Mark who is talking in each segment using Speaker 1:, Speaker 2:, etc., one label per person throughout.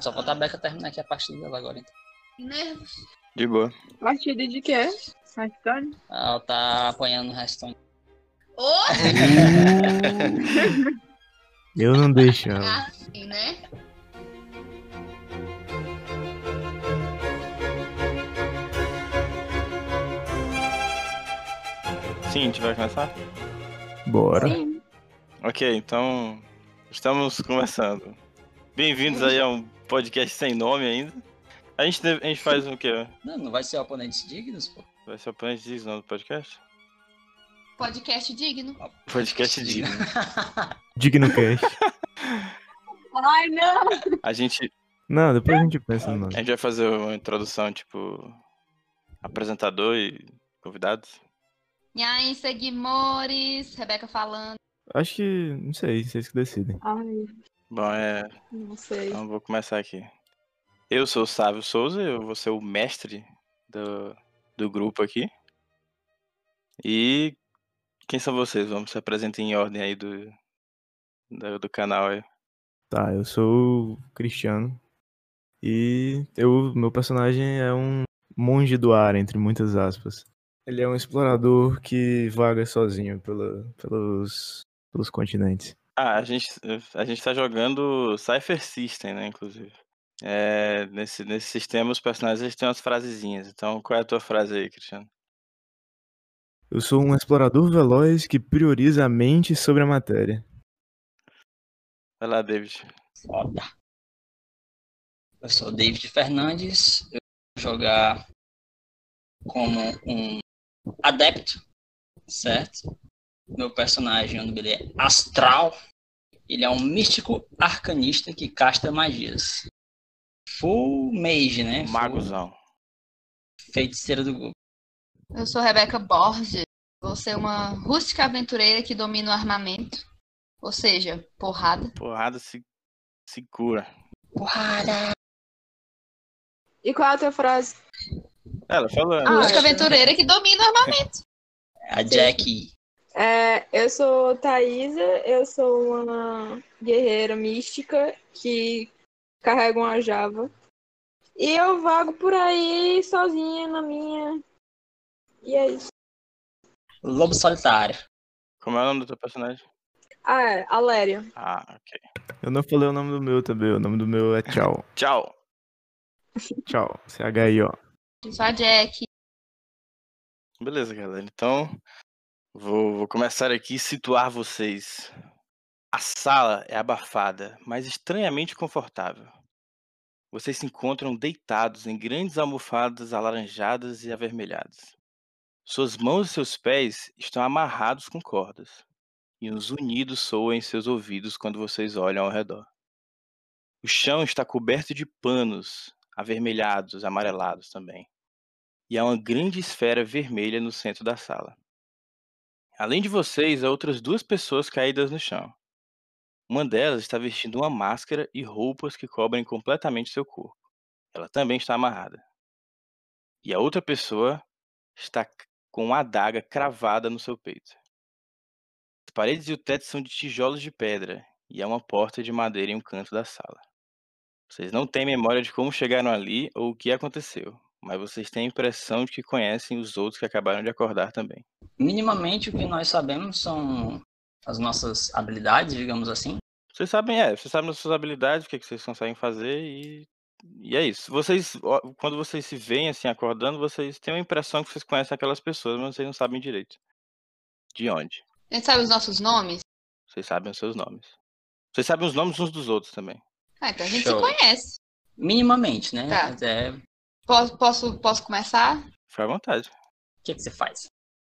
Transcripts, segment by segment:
Speaker 1: Só falta a Beca terminar aqui a partida dela agora, então.
Speaker 2: Nervos.
Speaker 3: De boa.
Speaker 4: Partida de quê? Hearthstone?
Speaker 1: Ela tá apanhando o Hearthstone.
Speaker 2: Ô,
Speaker 5: Eu não deixo. ela.
Speaker 2: assim, né?
Speaker 3: Sim, a gente vai começar?
Speaker 5: Bora.
Speaker 4: Sim.
Speaker 3: Ok, então estamos começando. Bem-vindos aí a um podcast sem nome ainda. A gente, deve- a gente faz o quê?
Speaker 1: Não, não vai ser oponentes dignos, pô.
Speaker 3: Vai ser o Planet Disney não, do podcast?
Speaker 2: Podcast digno.
Speaker 3: Podcast Digno.
Speaker 5: Digno Cast.
Speaker 4: Ai, não!
Speaker 3: A gente,
Speaker 5: Não, depois a gente pensa no
Speaker 3: a
Speaker 5: nome.
Speaker 3: gente vai fazer uma introdução, tipo, apresentador e convidados.
Speaker 2: Nhaim, seguimores. Rebeca falando.
Speaker 5: Acho que. Não sei, vocês que decidem.
Speaker 4: Ai,
Speaker 3: Bom, é,
Speaker 4: não sei.
Speaker 3: então vou começar aqui. Eu sou o Sávio Souza, eu vou ser o mestre do, do grupo aqui. E quem são vocês? Vamos se apresentar em ordem aí do, do, do canal aí.
Speaker 5: Tá, eu sou o Cristiano. E eu, meu personagem é um monge do ar, entre muitas aspas. Ele é um explorador que vaga sozinho pela- pelos, pelos continentes.
Speaker 3: Ah, a gente, a gente tá jogando Cypher System, né, inclusive. É, nesse, nesse sistema os personagens eles têm umas frasezinhas. Então, qual é a tua frase aí, Cristiano?
Speaker 5: Eu sou um explorador veloz que prioriza a mente sobre a matéria.
Speaker 3: Vai lá, David.
Speaker 1: Foda. Eu sou o David Fernandes. Eu vou jogar como um adepto, certo? Meu personagem, o nome dele é Astral. Ele é um místico arcanista que casta magias. Full mage, né? Full
Speaker 3: Magozão.
Speaker 1: feiticeira do grupo.
Speaker 2: Eu sou Rebeca Borges. Vou ser uma rústica aventureira que domina o armamento. Ou seja, porrada.
Speaker 3: Porrada se, se cura.
Speaker 1: Porrada!
Speaker 4: E qual é a tua frase?
Speaker 3: Ela falou. né?
Speaker 2: A
Speaker 4: Ah,
Speaker 2: rústica
Speaker 4: acho-
Speaker 2: aventureira que domina o armamento.
Speaker 1: A Jack.
Speaker 4: É, eu sou Thaisa, eu sou uma guerreira mística que carrega uma java. E eu vago por aí sozinha na minha. E é isso.
Speaker 1: Lobo solitário.
Speaker 3: Como é o nome do teu personagem?
Speaker 4: Ah, é, Aléria.
Speaker 3: Ah, ok.
Speaker 5: Eu não falei o nome do meu também, o nome do meu é Tchau.
Speaker 3: Tchau.
Speaker 5: Tchau. C-H-I-O.
Speaker 2: Eu sou a Jack.
Speaker 3: Beleza, galera. Então, vou, vou começar aqui e situar vocês. A sala é abafada, mas estranhamente confortável. Vocês se encontram deitados em grandes almofadas alaranjadas e avermelhadas. Suas mãos e seus pés estão amarrados com cordas, e um zunido soa em seus ouvidos quando vocês olham ao redor. O chão está coberto de panos avermelhados, amarelados também e há uma grande esfera vermelha no centro da sala. Além de vocês, há outras duas pessoas caídas no chão. Uma delas está vestindo uma máscara e roupas que cobrem completamente seu corpo. Ela também está amarrada. E a outra pessoa está c- com uma adaga cravada no seu peito. As paredes e o teto são de tijolos de pedra e há uma porta de madeira em um canto da sala. Vocês não têm memória de como chegaram ali ou o que aconteceu mas vocês têm a impressão de que conhecem os outros que acabaram de acordar também.
Speaker 1: Minimamente o que nós sabemos são as nossas habilidades, digamos assim.
Speaker 3: Vocês sabem, é, vocês sabem as suas habilidades, o que, que vocês conseguem fazer e, e é isso. Vocês, ó, quando vocês se veem assim acordando, vocês têm a impressão que vocês conhecem aquelas pessoas, mas vocês não sabem direito de onde.
Speaker 2: A gente sabe os nossos nomes?
Speaker 3: Vocês sabem os seus nomes. Vocês sabem os nomes uns dos outros também.
Speaker 2: Ah, então a gente
Speaker 1: Show.
Speaker 2: se conhece.
Speaker 1: Minimamente, né?
Speaker 2: Tá.
Speaker 1: Até- O
Speaker 2: Posso, posso, posso começar?
Speaker 3: Fica à vontade.
Speaker 1: que, que você faz?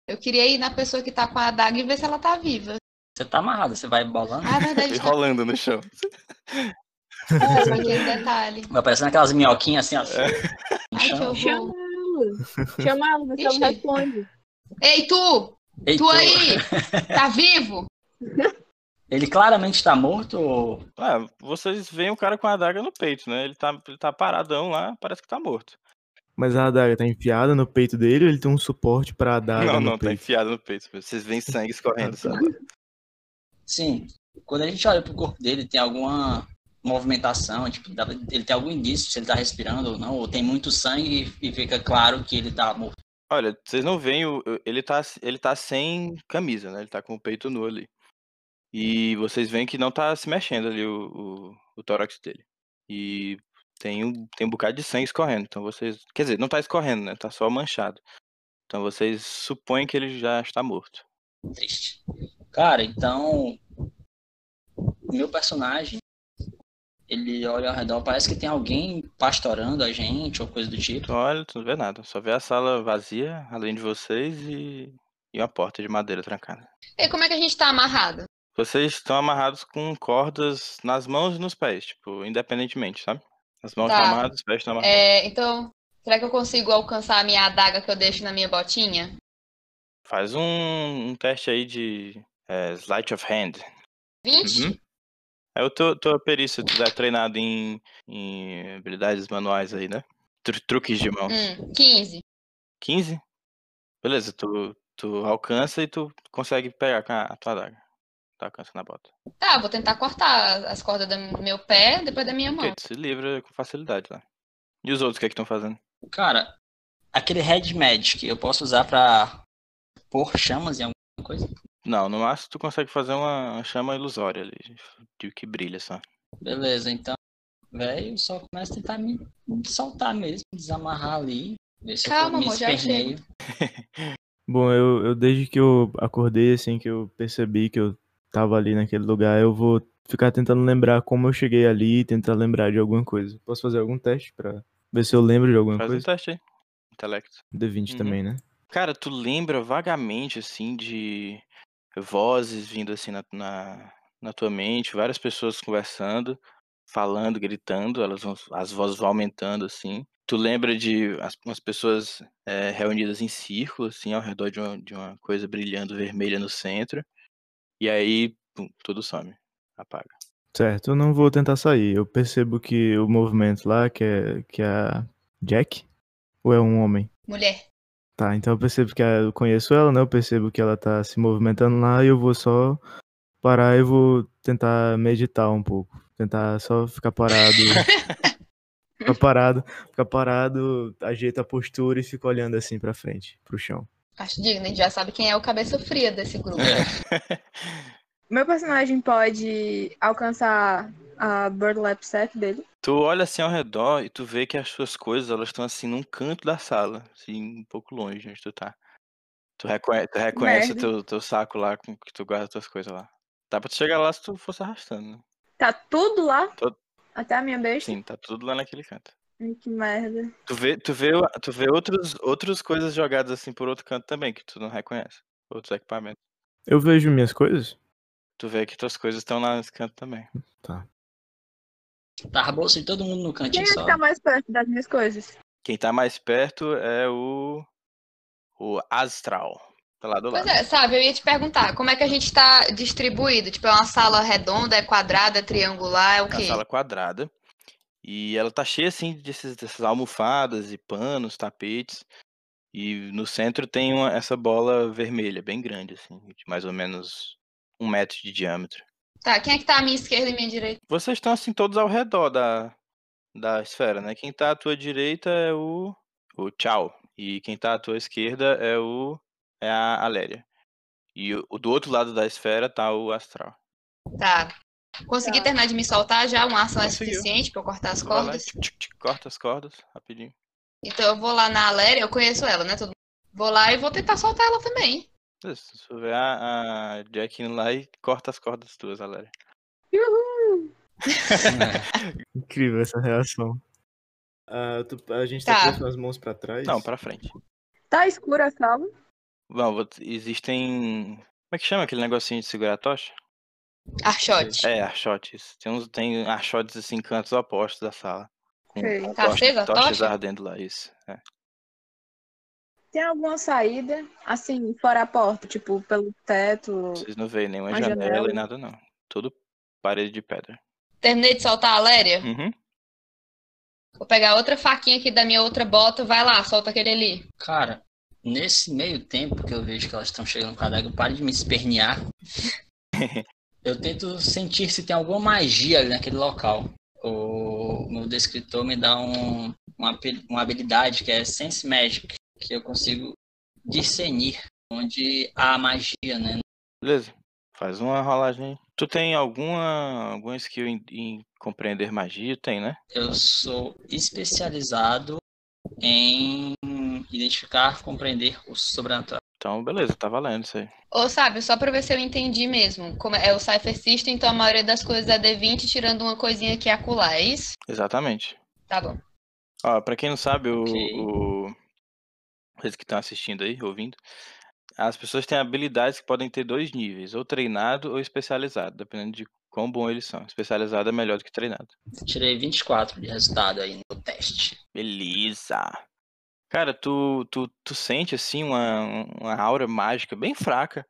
Speaker 2: Eu queria ir na pessoa que tá com a adaga e ver se ela tá viva.
Speaker 1: Você tá amarrado, você vai bolando.
Speaker 2: Ah, é verdade.
Speaker 3: E
Speaker 2: tá
Speaker 3: rolando no chão.
Speaker 2: bom, só aquele detalhe.
Speaker 1: Vai parecendo aquelas minhoquinhas assim, ó. no
Speaker 2: Ai, que
Speaker 1: chão.
Speaker 2: horror.
Speaker 4: Chama ela. Chama ela, você
Speaker 2: Ixi.
Speaker 4: não responde.
Speaker 2: Ei, tu!
Speaker 1: Ei,
Speaker 2: Tu
Speaker 1: tu-
Speaker 2: aí! Tá vivo?
Speaker 1: Ele claramente tá morto ou
Speaker 3: Ah, vocês veem o cara com a adaga no peito, né? Ele tá, ele tá paradão lá, parece que tá morto.
Speaker 5: Mas a adaga tá enfiada no peito dele ou ele tem um suporte pra adaga
Speaker 3: não,
Speaker 5: no
Speaker 3: não, tá
Speaker 5: peito?
Speaker 3: enfiado no peito. Vocês veem sangue escorrendo, sabe?
Speaker 1: Sim. Quando a gente olha pro corpo dele, tem alguma movimentação, tipo, dá- ele tem algum indício se ele tá respirando ou não, ou tem muito sangue e e fica claro que ele tá morto.
Speaker 3: Olha, vocês não veem, o- o- ele tá, ele tá sem camisa, né? Ele tá com o peito nu ali. E vocês veem que não tá se mexendo ali o, o, o tórax dele. E tem um, tem um bocado de sangue escorrendo. Então vocês. Quer dizer, não tá escorrendo, né? Tá só manchado. Então vocês supõem que ele já está morto.
Speaker 1: Triste. Cara, então. o Meu personagem, ele olha ao redor, parece que tem alguém pastorando a gente ou coisa do tipo.
Speaker 3: Tu Então, olha, tu não vê nada. Só vê a sala vazia, além de vocês, e, e uma porta de madeira trancada.
Speaker 2: E como é que a gente tá amarrado?
Speaker 3: Vocês estão amarrados com cordas nas mãos e nos pés, tipo, independentemente, sabe? As mãos
Speaker 2: Tá.
Speaker 3: estão amarradas, os pés estão amarrados.
Speaker 2: É, então, será que eu consigo alcançar a minha adaga que eu deixo na minha botinha?
Speaker 3: Faz um, um teste aí de é, sleight of hand.
Speaker 2: 20?
Speaker 3: Uhum. É o teu, tua perícia, tu é treinado em, em habilidades manuais aí, né? Tru- truques de mãos.
Speaker 2: Hum, 15.
Speaker 3: 15? Beleza, tu, tu alcança e tu consegue pegar com a, a tua adaga. Tu alcança na bota.
Speaker 2: Tá, vou tentar cortar as cordas do meu pé, depois da minha
Speaker 3: Ok,
Speaker 2: mão.
Speaker 3: tu se livra com facilidade lá. E os outros, o que é que estão fazendo?
Speaker 1: Cara, aquele Red Magic eu posso usar pra pôr chamas em alguma coisa?
Speaker 3: Não, no máximo tu consegue fazer uma uma chama ilusória ali, de que brilha só.
Speaker 1: Beleza, então, velho, só começa a tentar me me soltar mesmo, desamarrar ali, ver se
Speaker 2: Calma,
Speaker 1: eu me
Speaker 2: amor, já
Speaker 1: esperneio.
Speaker 5: Bom, eu, eu desde que eu acordei, assim, que eu percebi que eu tava ali naquele lugar, eu vou ficar tentando lembrar como eu cheguei ali e tentar lembrar de alguma coisa. Posso fazer algum teste pra ver se eu lembro de alguma
Speaker 3: Faz um
Speaker 5: coisa?
Speaker 3: teste aí. Intelecto.
Speaker 5: D20
Speaker 3: Uhum.
Speaker 5: também, né?
Speaker 3: Cara, tu lembra vagamente, assim, de vozes vindo, assim, na, na, na tua mente, várias pessoas conversando, falando, gritando, elas vão, as vozes vão aumentando, assim. Tu lembra de as, umas pessoas eh, reunidas em círculo, assim, ao redor de uma, de uma coisa brilhando vermelha no centro, e aí, pum, tudo some, apaga.
Speaker 5: Certo, eu não vou tentar sair. Eu percebo que o movimento lá, que é, que é a Jack, ou é um homem?
Speaker 2: Mulher.
Speaker 5: Tá, então eu percebo que a- eu conheço ela, né? Eu percebo que ela tá se movimentando lá e eu vou só parar e vou tentar meditar um pouco. Tentar só ficar parado. ficar parado, ficar parado, ajeita a postura e fico olhando assim pra frente, pro chão.
Speaker 2: Acho digno, a gente já sabe quem é o cabeça fria desse grupo.
Speaker 3: É.
Speaker 4: Meu personagem pode alcançar a Burlap Sack dele.
Speaker 3: Tu olha assim ao redor e tu vê que as suas coisas elas estão assim num canto da sala, assim, um pouco longe de onde tu tá. Tu, reconhe tu reconhece o
Speaker 4: Merda.
Speaker 3: teu, teu saco lá com que tu guarda as tuas coisas lá. Dá pra tu chegar lá se tu fosse arrastando, né?
Speaker 4: Tá tudo lá?
Speaker 3: Tudo.
Speaker 4: Até a minha besta?
Speaker 2: tipo
Speaker 3: Sim, tá tudo lá naquele canto.
Speaker 4: Ai, Que merda.
Speaker 3: Tu vê, tu vê, tu vê outros, outras coisas jogadas assim por outro canto também, que tu não reconhece. Outros equipamentos.
Speaker 5: Eu vejo minhas coisas?
Speaker 3: Tu vê que tuas coisas estão lá nesse canto também.
Speaker 1: Tá a bolsa de todo mundo no
Speaker 4: Quem
Speaker 1: cantinho
Speaker 4: é
Speaker 1: só.
Speaker 4: que tá mais perto das minhas coisas?
Speaker 3: Quem tá mais perto é o. O Astral. Tá lá do
Speaker 2: Pois
Speaker 3: lado.
Speaker 2: é, sabe, eu ia te perguntar, como é que a gente tá distribuído? Tipo, é uma sala redonda, é quadrada, é triangular, é o
Speaker 3: É uma
Speaker 2: quê?
Speaker 3: sala quadrada. E ela tá cheia assim desses, dessas almofadas e panos, tapetes. E no centro tem uma- essa bola vermelha, bem grande, assim, de mais ou menos um metro de diâmetro.
Speaker 2: Tá, quem é que tá à minha esquerda e à minha direita?
Speaker 3: Vocês estão assim todos ao redor da, da esfera, né? Quem tá à tua direita é o. o Tchau. E quem tá à tua esquerda é o. é a Aléria. E o, o do outro lado da esfera tá o Astral.
Speaker 2: Tá. Consegui
Speaker 4: Tá.
Speaker 2: terminar de me soltar já? Um ação é
Speaker 3: Conseguiu.
Speaker 2: suficiente pra eu cortar as
Speaker 3: Tu vai lá e
Speaker 2: cordas?
Speaker 3: tchic, tchic, tchic, corta as cordas, rapidinho.
Speaker 2: Então eu vou lá na Aléria, eu conheço ela, né? Todo mundo. Vou lá e vou tentar soltar ela também.
Speaker 3: É, Se tu ver a, a Jack indo lá e corta as cordas tuas, galera.
Speaker 5: Incrível essa reação. Ah, tu- a gente
Speaker 2: Tá.
Speaker 5: tá, com as mãos pra trás?
Speaker 3: Não, pra frente.
Speaker 4: Tá escura a sala?
Speaker 3: Bom, vou- existem. Como é que chama aquele negocinho de segurar a tocha?
Speaker 2: Archote.
Speaker 3: É, archotes. Tem, uns, tem archotes assim, em cantos opostos da sala. Com,
Speaker 4: Sei.
Speaker 3: com
Speaker 2: Tá acesa a
Speaker 3: tochas
Speaker 2: tocha?
Speaker 3: ardendo lá, isso. é.
Speaker 4: Tem alguma saída? Assim, fora a porta, tipo, pelo teto.
Speaker 3: Vocês não veem nenhuma
Speaker 4: Uma
Speaker 3: janela,
Speaker 4: janela.
Speaker 3: e nada, não. Tudo parede de pedra.
Speaker 2: Terminei de soltar a Aléria.
Speaker 3: Uhum.
Speaker 2: Vou pegar outra faquinha aqui da minha outra bota. Vai lá, solta aquele ali.
Speaker 1: Cara, nesse meio tempo que eu vejo que elas estão chegando com a adaga, pare de me espernear. Eu tento sentir se tem alguma magia ali naquele local. O meu descritor me dá um, uma, habi- uma habilidade que é Sense Magic, que eu consigo discernir onde há magia, né?
Speaker 3: Beleza. Faz uma rolagem aí. Tu tem alguma, alguma skill em, em compreender magia? Tem, né?
Speaker 1: Eu sou especializado em identificar, compreender o sobrenatural.
Speaker 3: Então, beleza, tá valendo isso aí.
Speaker 2: Ou sabe, só pra ver se eu entendi mesmo. Como é é o Cypher System, então a maioria das coisas é D20, tirando uma coisinha que é acular, é isso?
Speaker 3: Exatamente.
Speaker 2: Tá bom.
Speaker 3: Ó, pra quem não sabe, o,
Speaker 1: Ok.
Speaker 3: o- Vocês que estão assistindo aí, ouvindo, as pessoas têm habilidades que podem ter dois níveis, ou treinado ou especializado, dependendo de quão bom eles são. Especializado é melhor do que treinado.
Speaker 1: Tirei 24 de resultado aí no teste.
Speaker 3: Beleza. Cara, tu, tu, tu sente assim uma, uma aura mágica bem fraca,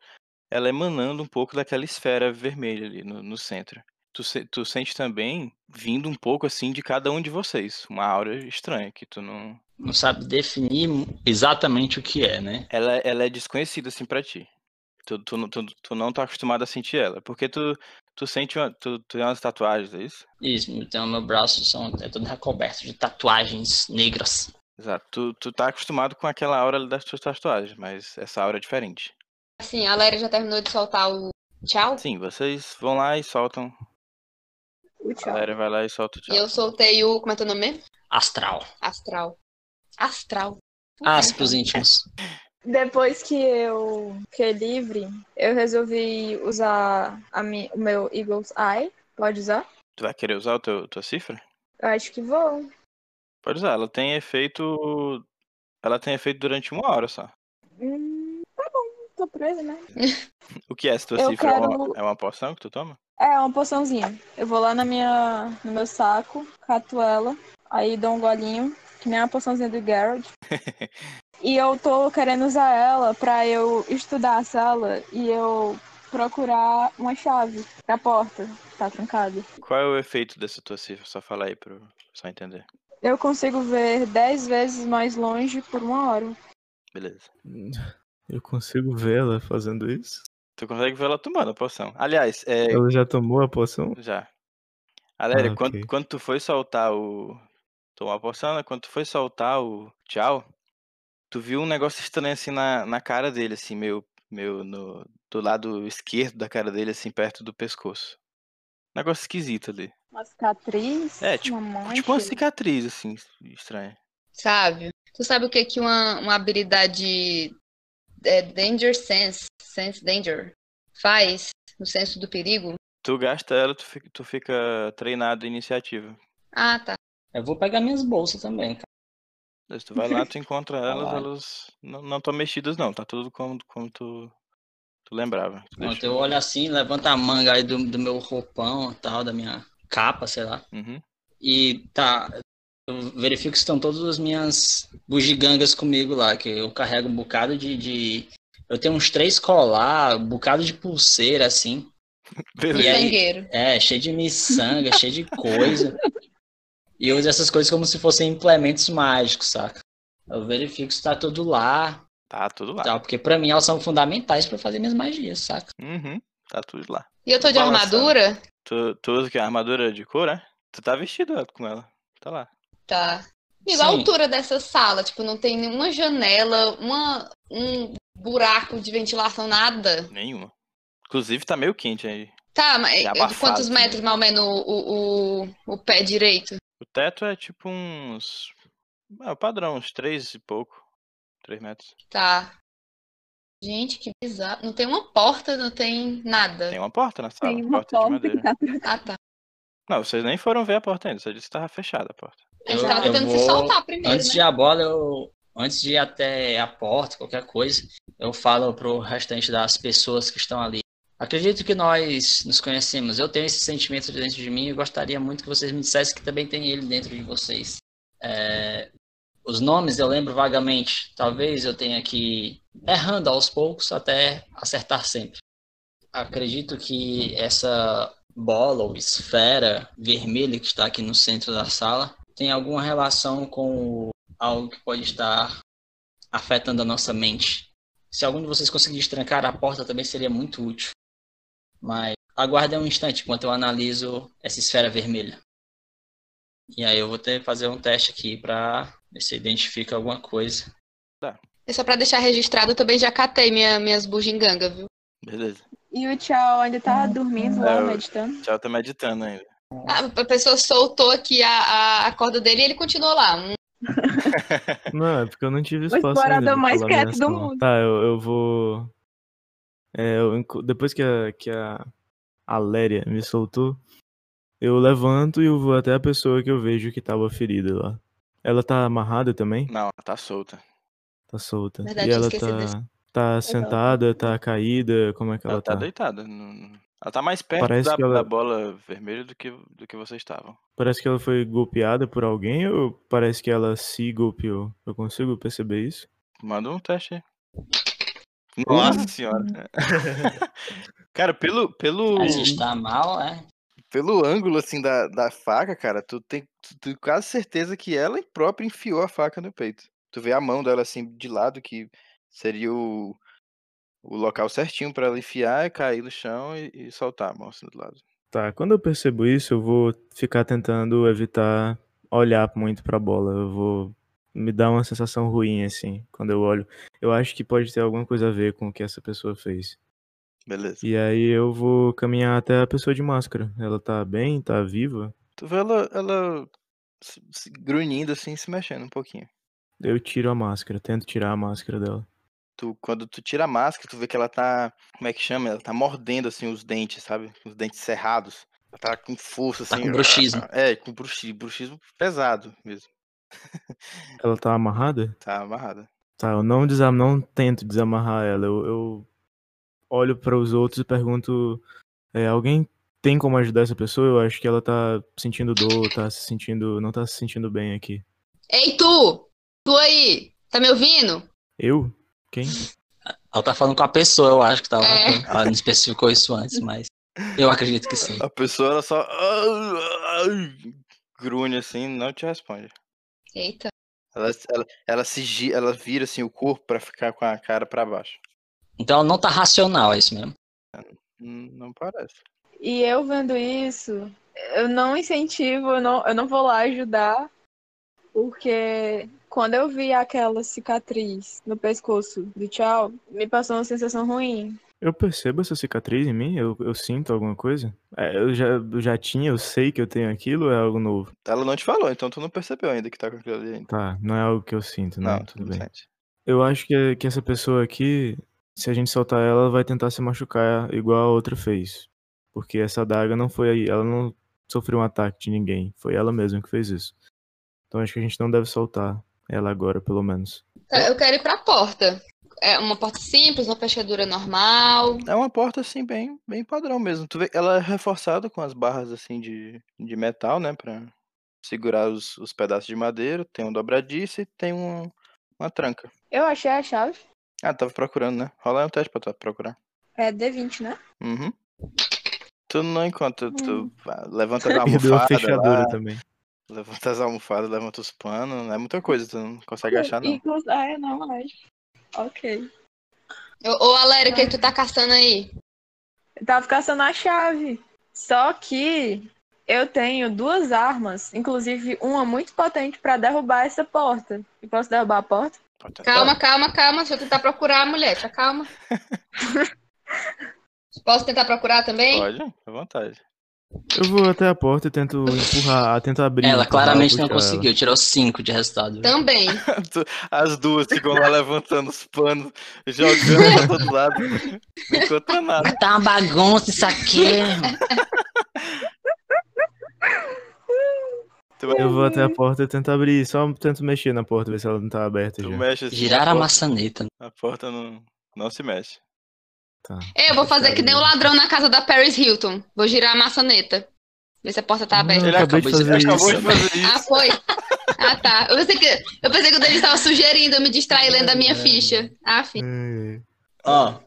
Speaker 3: ela emanando um pouco daquela esfera vermelha ali no, no centro. Tu, se- tu sente também vindo um pouco assim de cada um de vocês, uma aura estranha que tu não.
Speaker 1: Não sabe definir exatamente o que é, né?
Speaker 3: Ela, ela é desconhecida assim pra ti. Tu, tu, não- tu, tu não tá acostumado a sentir ela, porque tu, tu sente uma, tu, tu tem umas tatuagens, é isso?
Speaker 1: Isso, então meu braço são, é todo recoberto de tatuagens negras.
Speaker 3: Exato. Tu, tu tá acostumado com aquela aura ali das tuas tatuagens, mas essa aura é diferente.
Speaker 2: Assim, a Lera já terminou de soltar o tchau.
Speaker 3: Sim, vocês vão lá e soltam.
Speaker 4: O
Speaker 3: A
Speaker 4: tchau.
Speaker 3: galera vai lá e solta o
Speaker 2: E
Speaker 3: tchau.
Speaker 2: eu soltei o. Como é teu nome mesmo?
Speaker 1: Astral.
Speaker 2: Astral. Astral.
Speaker 1: As pros íntimos.
Speaker 4: Depois que eu fiquei livre, eu resolvi usar a mi- o meu Eagle's Eye. Pode usar?
Speaker 3: Tu vai querer usar a teu, tua cifra?
Speaker 4: Eu acho que vou.
Speaker 3: Pode usar, ela tem efeito. Ela tem efeito durante uma hora só.
Speaker 4: Hum, tá bom, tô presa, né?
Speaker 3: O que é essa tua
Speaker 4: Eu
Speaker 3: cifra? É uma-
Speaker 4: quero-
Speaker 3: É uma poção que tu toma?
Speaker 4: É, uma poçãozinha. Eu vou lá na minha, no meu saco, cato ela, aí dou um golinho, que nem a poçãozinha do Garrett. e eu tô querendo usar ela pra eu estudar a sala e eu procurar uma chave pra porta que tá trancada.
Speaker 3: Qual é o efeito dessa tua cifra? Só fala aí pra eu só entender.
Speaker 4: Eu consigo ver 10 vezes mais longe por uma hora.
Speaker 3: Beleza.
Speaker 5: Eu consigo ver ela fazendo isso?
Speaker 3: Tu consegue ver ela tomando a poção. Aliás, é.
Speaker 5: Ela já tomou a poção?
Speaker 3: Já. Galera,
Speaker 5: Ah,
Speaker 3: quando,
Speaker 5: ok.
Speaker 3: quando tu foi soltar o. Tomar a poção, né? Quando tu foi soltar o tchau, tu viu um negócio estranho assim na, na cara dele, assim, meio. meio no, do lado esquerdo da cara dele, assim, perto do pescoço. Um Negócio esquisito ali.
Speaker 4: Uma cicatriz,
Speaker 3: É, tipo-
Speaker 4: uma mancha.
Speaker 3: tipo uma cicatriz, assim, estranha.
Speaker 2: Sabe? Tu sabe o que que uma, uma habilidade é, Danger Sense, Sense Danger, faz no senso do perigo?
Speaker 3: Tu gasta ela, tu fica, tu fica treinado em iniciativa.
Speaker 2: Ah, tá.
Speaker 1: Eu vou pegar minhas bolsas também, cara.
Speaker 3: Mas tu vai lá, tu encontra
Speaker 4: Tá
Speaker 3: elas,
Speaker 1: Caralho.
Speaker 3: elas não não estão mexidas, não. Tá tudo como, como tu, tu
Speaker 4: Tá
Speaker 3: lembrava. Tu
Speaker 4: então.
Speaker 1: Pronto,
Speaker 3: deixou.
Speaker 1: eu olho assim, levanto a manga aí do, do meu roupão e tal, da minha capa, sei lá.
Speaker 3: Uhum.
Speaker 1: E tá. Eu verifico que estão todas as minhas bugigangas comigo lá, que eu carrego um bocado de. de- Eu tenho uns três colar, um bocado de pulseira, assim.
Speaker 2: Um
Speaker 1: E
Speaker 3: Beleza.
Speaker 1: aí?
Speaker 2: Sangueiro.
Speaker 1: É, cheio de miçanga, cheio de coisa. E eu uso essas coisas como se fossem implementos mágicos, saca? Eu verifico se tá tudo lá,
Speaker 3: Tá tudo lá.
Speaker 1: tal, porque pra mim elas são fundamentais pra fazer minhas magias, saca?
Speaker 4: Então.
Speaker 3: Uhum. Tá tudo lá.
Speaker 2: E eu tô de
Speaker 3: Balançando.
Speaker 2: armadura?
Speaker 3: Tu, tu usa o quê? A armadura de couro, é? Tu tá vestido ó, com ela. Tá lá.
Speaker 2: Tá. Igual a
Speaker 1: Sim.
Speaker 2: altura dessa sala, tipo, não tem nenhuma janela, uma, um buraco de ventilação, nada.
Speaker 3: Nenhuma. Inclusive tá meio quente aí.
Speaker 2: Tá, mas
Speaker 3: É abafado,
Speaker 2: quantos
Speaker 3: assim.
Speaker 2: metros mais ou menos o, o, o pé direito?
Speaker 3: O teto é tipo uns. É o padrão, uns três e pouco. Três metros.
Speaker 2: Tá. Gente, que bizarro. Não tem uma porta, não tem nada.
Speaker 3: Tem uma porta na sala.
Speaker 4: Tem uma
Speaker 3: porta de
Speaker 4: porta que
Speaker 3: madeira.
Speaker 4: tá
Speaker 1: um
Speaker 2: Ah, tá.
Speaker 3: Não, vocês nem foram ver a porta ainda. Você disse que tava fechada a porta.
Speaker 2: A gente
Speaker 1: Eu-
Speaker 2: tava
Speaker 1: eu
Speaker 2: tentando se
Speaker 1: vou-
Speaker 2: soltar primeiro,
Speaker 1: Antes
Speaker 2: né?
Speaker 1: de ir a bola, eu. Antes de ir até a porta, qualquer coisa, eu falo pro restante das pessoas que estão ali. Acredito que nós nos conhecemos. Eu tenho esse sentimento dentro de mim e gostaria muito que vocês me dissessem que também tem ele dentro de vocês. É, Os nomes eu lembro vagamente. Talvez eu tenha que ir errando aos poucos até acertar sempre. Acredito que essa bola ou esfera vermelha que está aqui no centro da sala tem alguma relação com o- algo que pode estar afetando a nossa mente. Se algum de vocês conseguir trancar a porta também seria muito útil. Mas aguarda um instante enquanto eu analiso essa esfera vermelha. E aí eu vou ter que fazer um teste aqui pra ver se identifica alguma coisa.
Speaker 2: É só pra deixar registrado, eu também já catei minha, minhas bugigangas, viu?
Speaker 3: Beleza.
Speaker 4: E o Tchau ainda tá dormindo
Speaker 3: É,
Speaker 4: lá,
Speaker 3: eu-
Speaker 4: meditando.
Speaker 3: Tchau, tá meditando ainda.
Speaker 2: A, a pessoa soltou aqui a, a, a corda dele e ele continuou lá. Um-
Speaker 5: Não, é porque eu não
Speaker 4: O
Speaker 5: tive espaço
Speaker 4: explorador
Speaker 5: ainda pra
Speaker 4: mais
Speaker 5: falar
Speaker 4: quieto
Speaker 5: minhas
Speaker 4: do
Speaker 5: falas.
Speaker 4: mundo.
Speaker 5: Tá, eu, eu vou... É, eu enco- depois que a, que a a Léria me soltou, eu levanto e eu vou até a pessoa que eu vejo que tava ferida lá. Ela tá amarrada também?
Speaker 3: Não, ela tá solta.
Speaker 5: Tá solta.
Speaker 2: Verdade,
Speaker 5: e
Speaker 2: tinha
Speaker 5: ela
Speaker 2: esquecido desse-
Speaker 5: tá, tá sentada, tá caída, como é que
Speaker 3: Ela,
Speaker 5: ela,
Speaker 3: tá,
Speaker 5: tá?
Speaker 3: deitada. não- não- Ela tá mais perto
Speaker 5: Parece
Speaker 3: da,
Speaker 5: que ela-
Speaker 3: da bola vermelha do que, do que vocês estavam.
Speaker 5: Parece que ela foi golpeada por alguém ou parece que ela se golpeou? Eu consigo perceber isso?
Speaker 3: Manda um teste aí. Nossa senhora. cara, pelo, pelo,
Speaker 1: A gente tá mal, é?
Speaker 3: pelo ângulo assim da, da faca, cara, tu tem, tu tem quase certeza que ela própria enfiou a faca no peito. Tu vê a mão dela assim de lado, que seria o, o local certinho pra ela enfiar, cair no chão e, e soltar a mão assim do lado.
Speaker 5: Tá, quando eu percebo isso, eu vou ficar tentando evitar olhar muito pra bola. Eu vou me dar uma sensação ruim assim quando eu olho. Eu acho que pode ter alguma coisa a ver com o que essa pessoa fez.
Speaker 3: Beleza.
Speaker 5: E aí eu vou caminhar até a pessoa de máscara. Ela tá bem? Tá viva?
Speaker 3: Tu vê ela, ela se- se grunhindo assim, se mexendo um pouquinho.
Speaker 5: Eu tiro a máscara, tento tirar a máscara dela.
Speaker 3: Tu, quando tu tira a máscara, tu vê que ela tá. Como é que chama? Ela tá mordendo assim os dentes, sabe? Os dentes cerrados. Ela tá com força,
Speaker 1: Tá
Speaker 3: assim.
Speaker 1: com bruxismo.
Speaker 3: É, com bruxismo. Bruxismo pesado mesmo.
Speaker 5: Ela tá amarrada?
Speaker 3: Tá amarrada.
Speaker 5: Tá, eu não, desam não tento desamarrar ela. Eu, eu olho para os outros e pergunto: é, alguém tem como ajudar essa pessoa? Eu acho que ela tá sentindo dor, tá se sentindo. não tá se sentindo bem aqui.
Speaker 2: Ei, tu! Tu aí! Tá me ouvindo?
Speaker 5: Eu? Quem?
Speaker 1: Ela tá falando com a pessoa, eu acho que tá lá.
Speaker 2: É.
Speaker 1: Ela não especificou isso antes, mas eu acredito que sim.
Speaker 3: A pessoa ela só. Grunhe assim, não te responde.
Speaker 2: Eita.
Speaker 3: Ela, ela, ela se gi- ela vira assim o corpo pra ficar com a cara pra baixo.
Speaker 1: Então ela não tá racional, é isso mesmo.
Speaker 3: Hum, Não parece.
Speaker 4: E eu vendo isso, eu não incentivo, eu não, eu não vou lá ajudar, porque quando eu vi aquela cicatriz no pescoço do tchau, me passou uma sensação ruim.
Speaker 5: Eu percebo essa cicatriz em mim? Eu, eu sinto alguma coisa? É, eu, já, eu já tinha, eu sei que eu tenho aquilo ou é algo novo?
Speaker 3: Ela não te falou, então tu não percebeu ainda que tá com aquilo ali ainda.
Speaker 5: Tá, não é algo que eu sinto, não,
Speaker 3: Não, tu
Speaker 5: tudo
Speaker 3: não
Speaker 5: bem.
Speaker 3: sente.
Speaker 5: Eu acho que, que essa pessoa aqui, se a gente soltar ela, ela vai tentar se machucar igual a outra fez. Porque essa adaga não foi aí, ela não sofreu um ataque de ninguém, foi ela mesma que fez isso. Então acho que a gente não deve soltar ela agora, pelo menos.
Speaker 2: Tá, eu quero ir pra porta. É uma porta simples, uma fechadura normal.
Speaker 3: É uma porta assim, bem, bem padrão mesmo. Tu vê, ela é reforçada com as barras assim de, de metal, né? Pra segurar os, os pedaços de madeira. Tem um dobradiça e tem um, uma tranca.
Speaker 4: Eu achei a chave.
Speaker 3: Ah, tava procurando, né? Rola aí um teste pra tu procurar.
Speaker 4: É D20, né?
Speaker 3: Uhum. Tu não encontra, tu ah, levanta as
Speaker 5: Perdeu a
Speaker 3: almofadas
Speaker 5: fechadura
Speaker 3: lá,
Speaker 5: também.
Speaker 3: levanta as almofadas, levanta os panos, não é muita coisa, tu não consegue achar não.
Speaker 4: Inclu- Ah, eu não acho. Ok.
Speaker 2: Ô, ô Aléria, o que, que tu tá caçando aí?
Speaker 4: Eu tava caçando a chave. Só que eu tenho duas armas, inclusive uma muito potente pra derrubar essa porta. Eu posso derrubar a porta?
Speaker 3: Pode tentar.
Speaker 2: Calma,
Speaker 1: Tá.
Speaker 2: calma, calma. Deixa eu tentar procurar a mulher, tá calma. Posso tentar procurar também?
Speaker 3: Pode, à vontade.
Speaker 5: Eu vou até a porta e tento empurrar, tento abrir.
Speaker 1: Ela
Speaker 5: empurrar,
Speaker 1: claramente não
Speaker 5: puxar ela.
Speaker 1: conseguiu, tirou 5 de resultado.
Speaker 2: Também.
Speaker 3: Tu- As duas ficam lá levantando os panos, jogando pra todo lado, não encontra nada.
Speaker 1: Tá uma bagunça isso aqui. irmão.
Speaker 3: Tu vai-
Speaker 5: Eu vou até a porta e tento abrir, só tento mexer na porta, ver se ela não tá aberta
Speaker 3: Tu
Speaker 5: já.
Speaker 3: mexe assim,
Speaker 1: Girar
Speaker 3: a
Speaker 1: a
Speaker 3: porta,
Speaker 1: maçaneta.
Speaker 3: a porta não, não se mexe.
Speaker 5: Tá.
Speaker 2: É, Eu vou fazer que nem o ladrão na casa da Paris Hilton. Vou girar a maçaneta. Ver se a porta tá
Speaker 5: Não,
Speaker 2: aberta.
Speaker 5: Ele acabou de fazer
Speaker 3: ele é acabou de
Speaker 1: isso.
Speaker 3: fazer
Speaker 2: Ah,
Speaker 3: isso.
Speaker 2: foi? Ah, tá. Eu pensei que, eu pensei que o Denis tava sugerindo eu me distrair lendo a minha ficha. Ah, filho.
Speaker 5: É.
Speaker 1: Ó,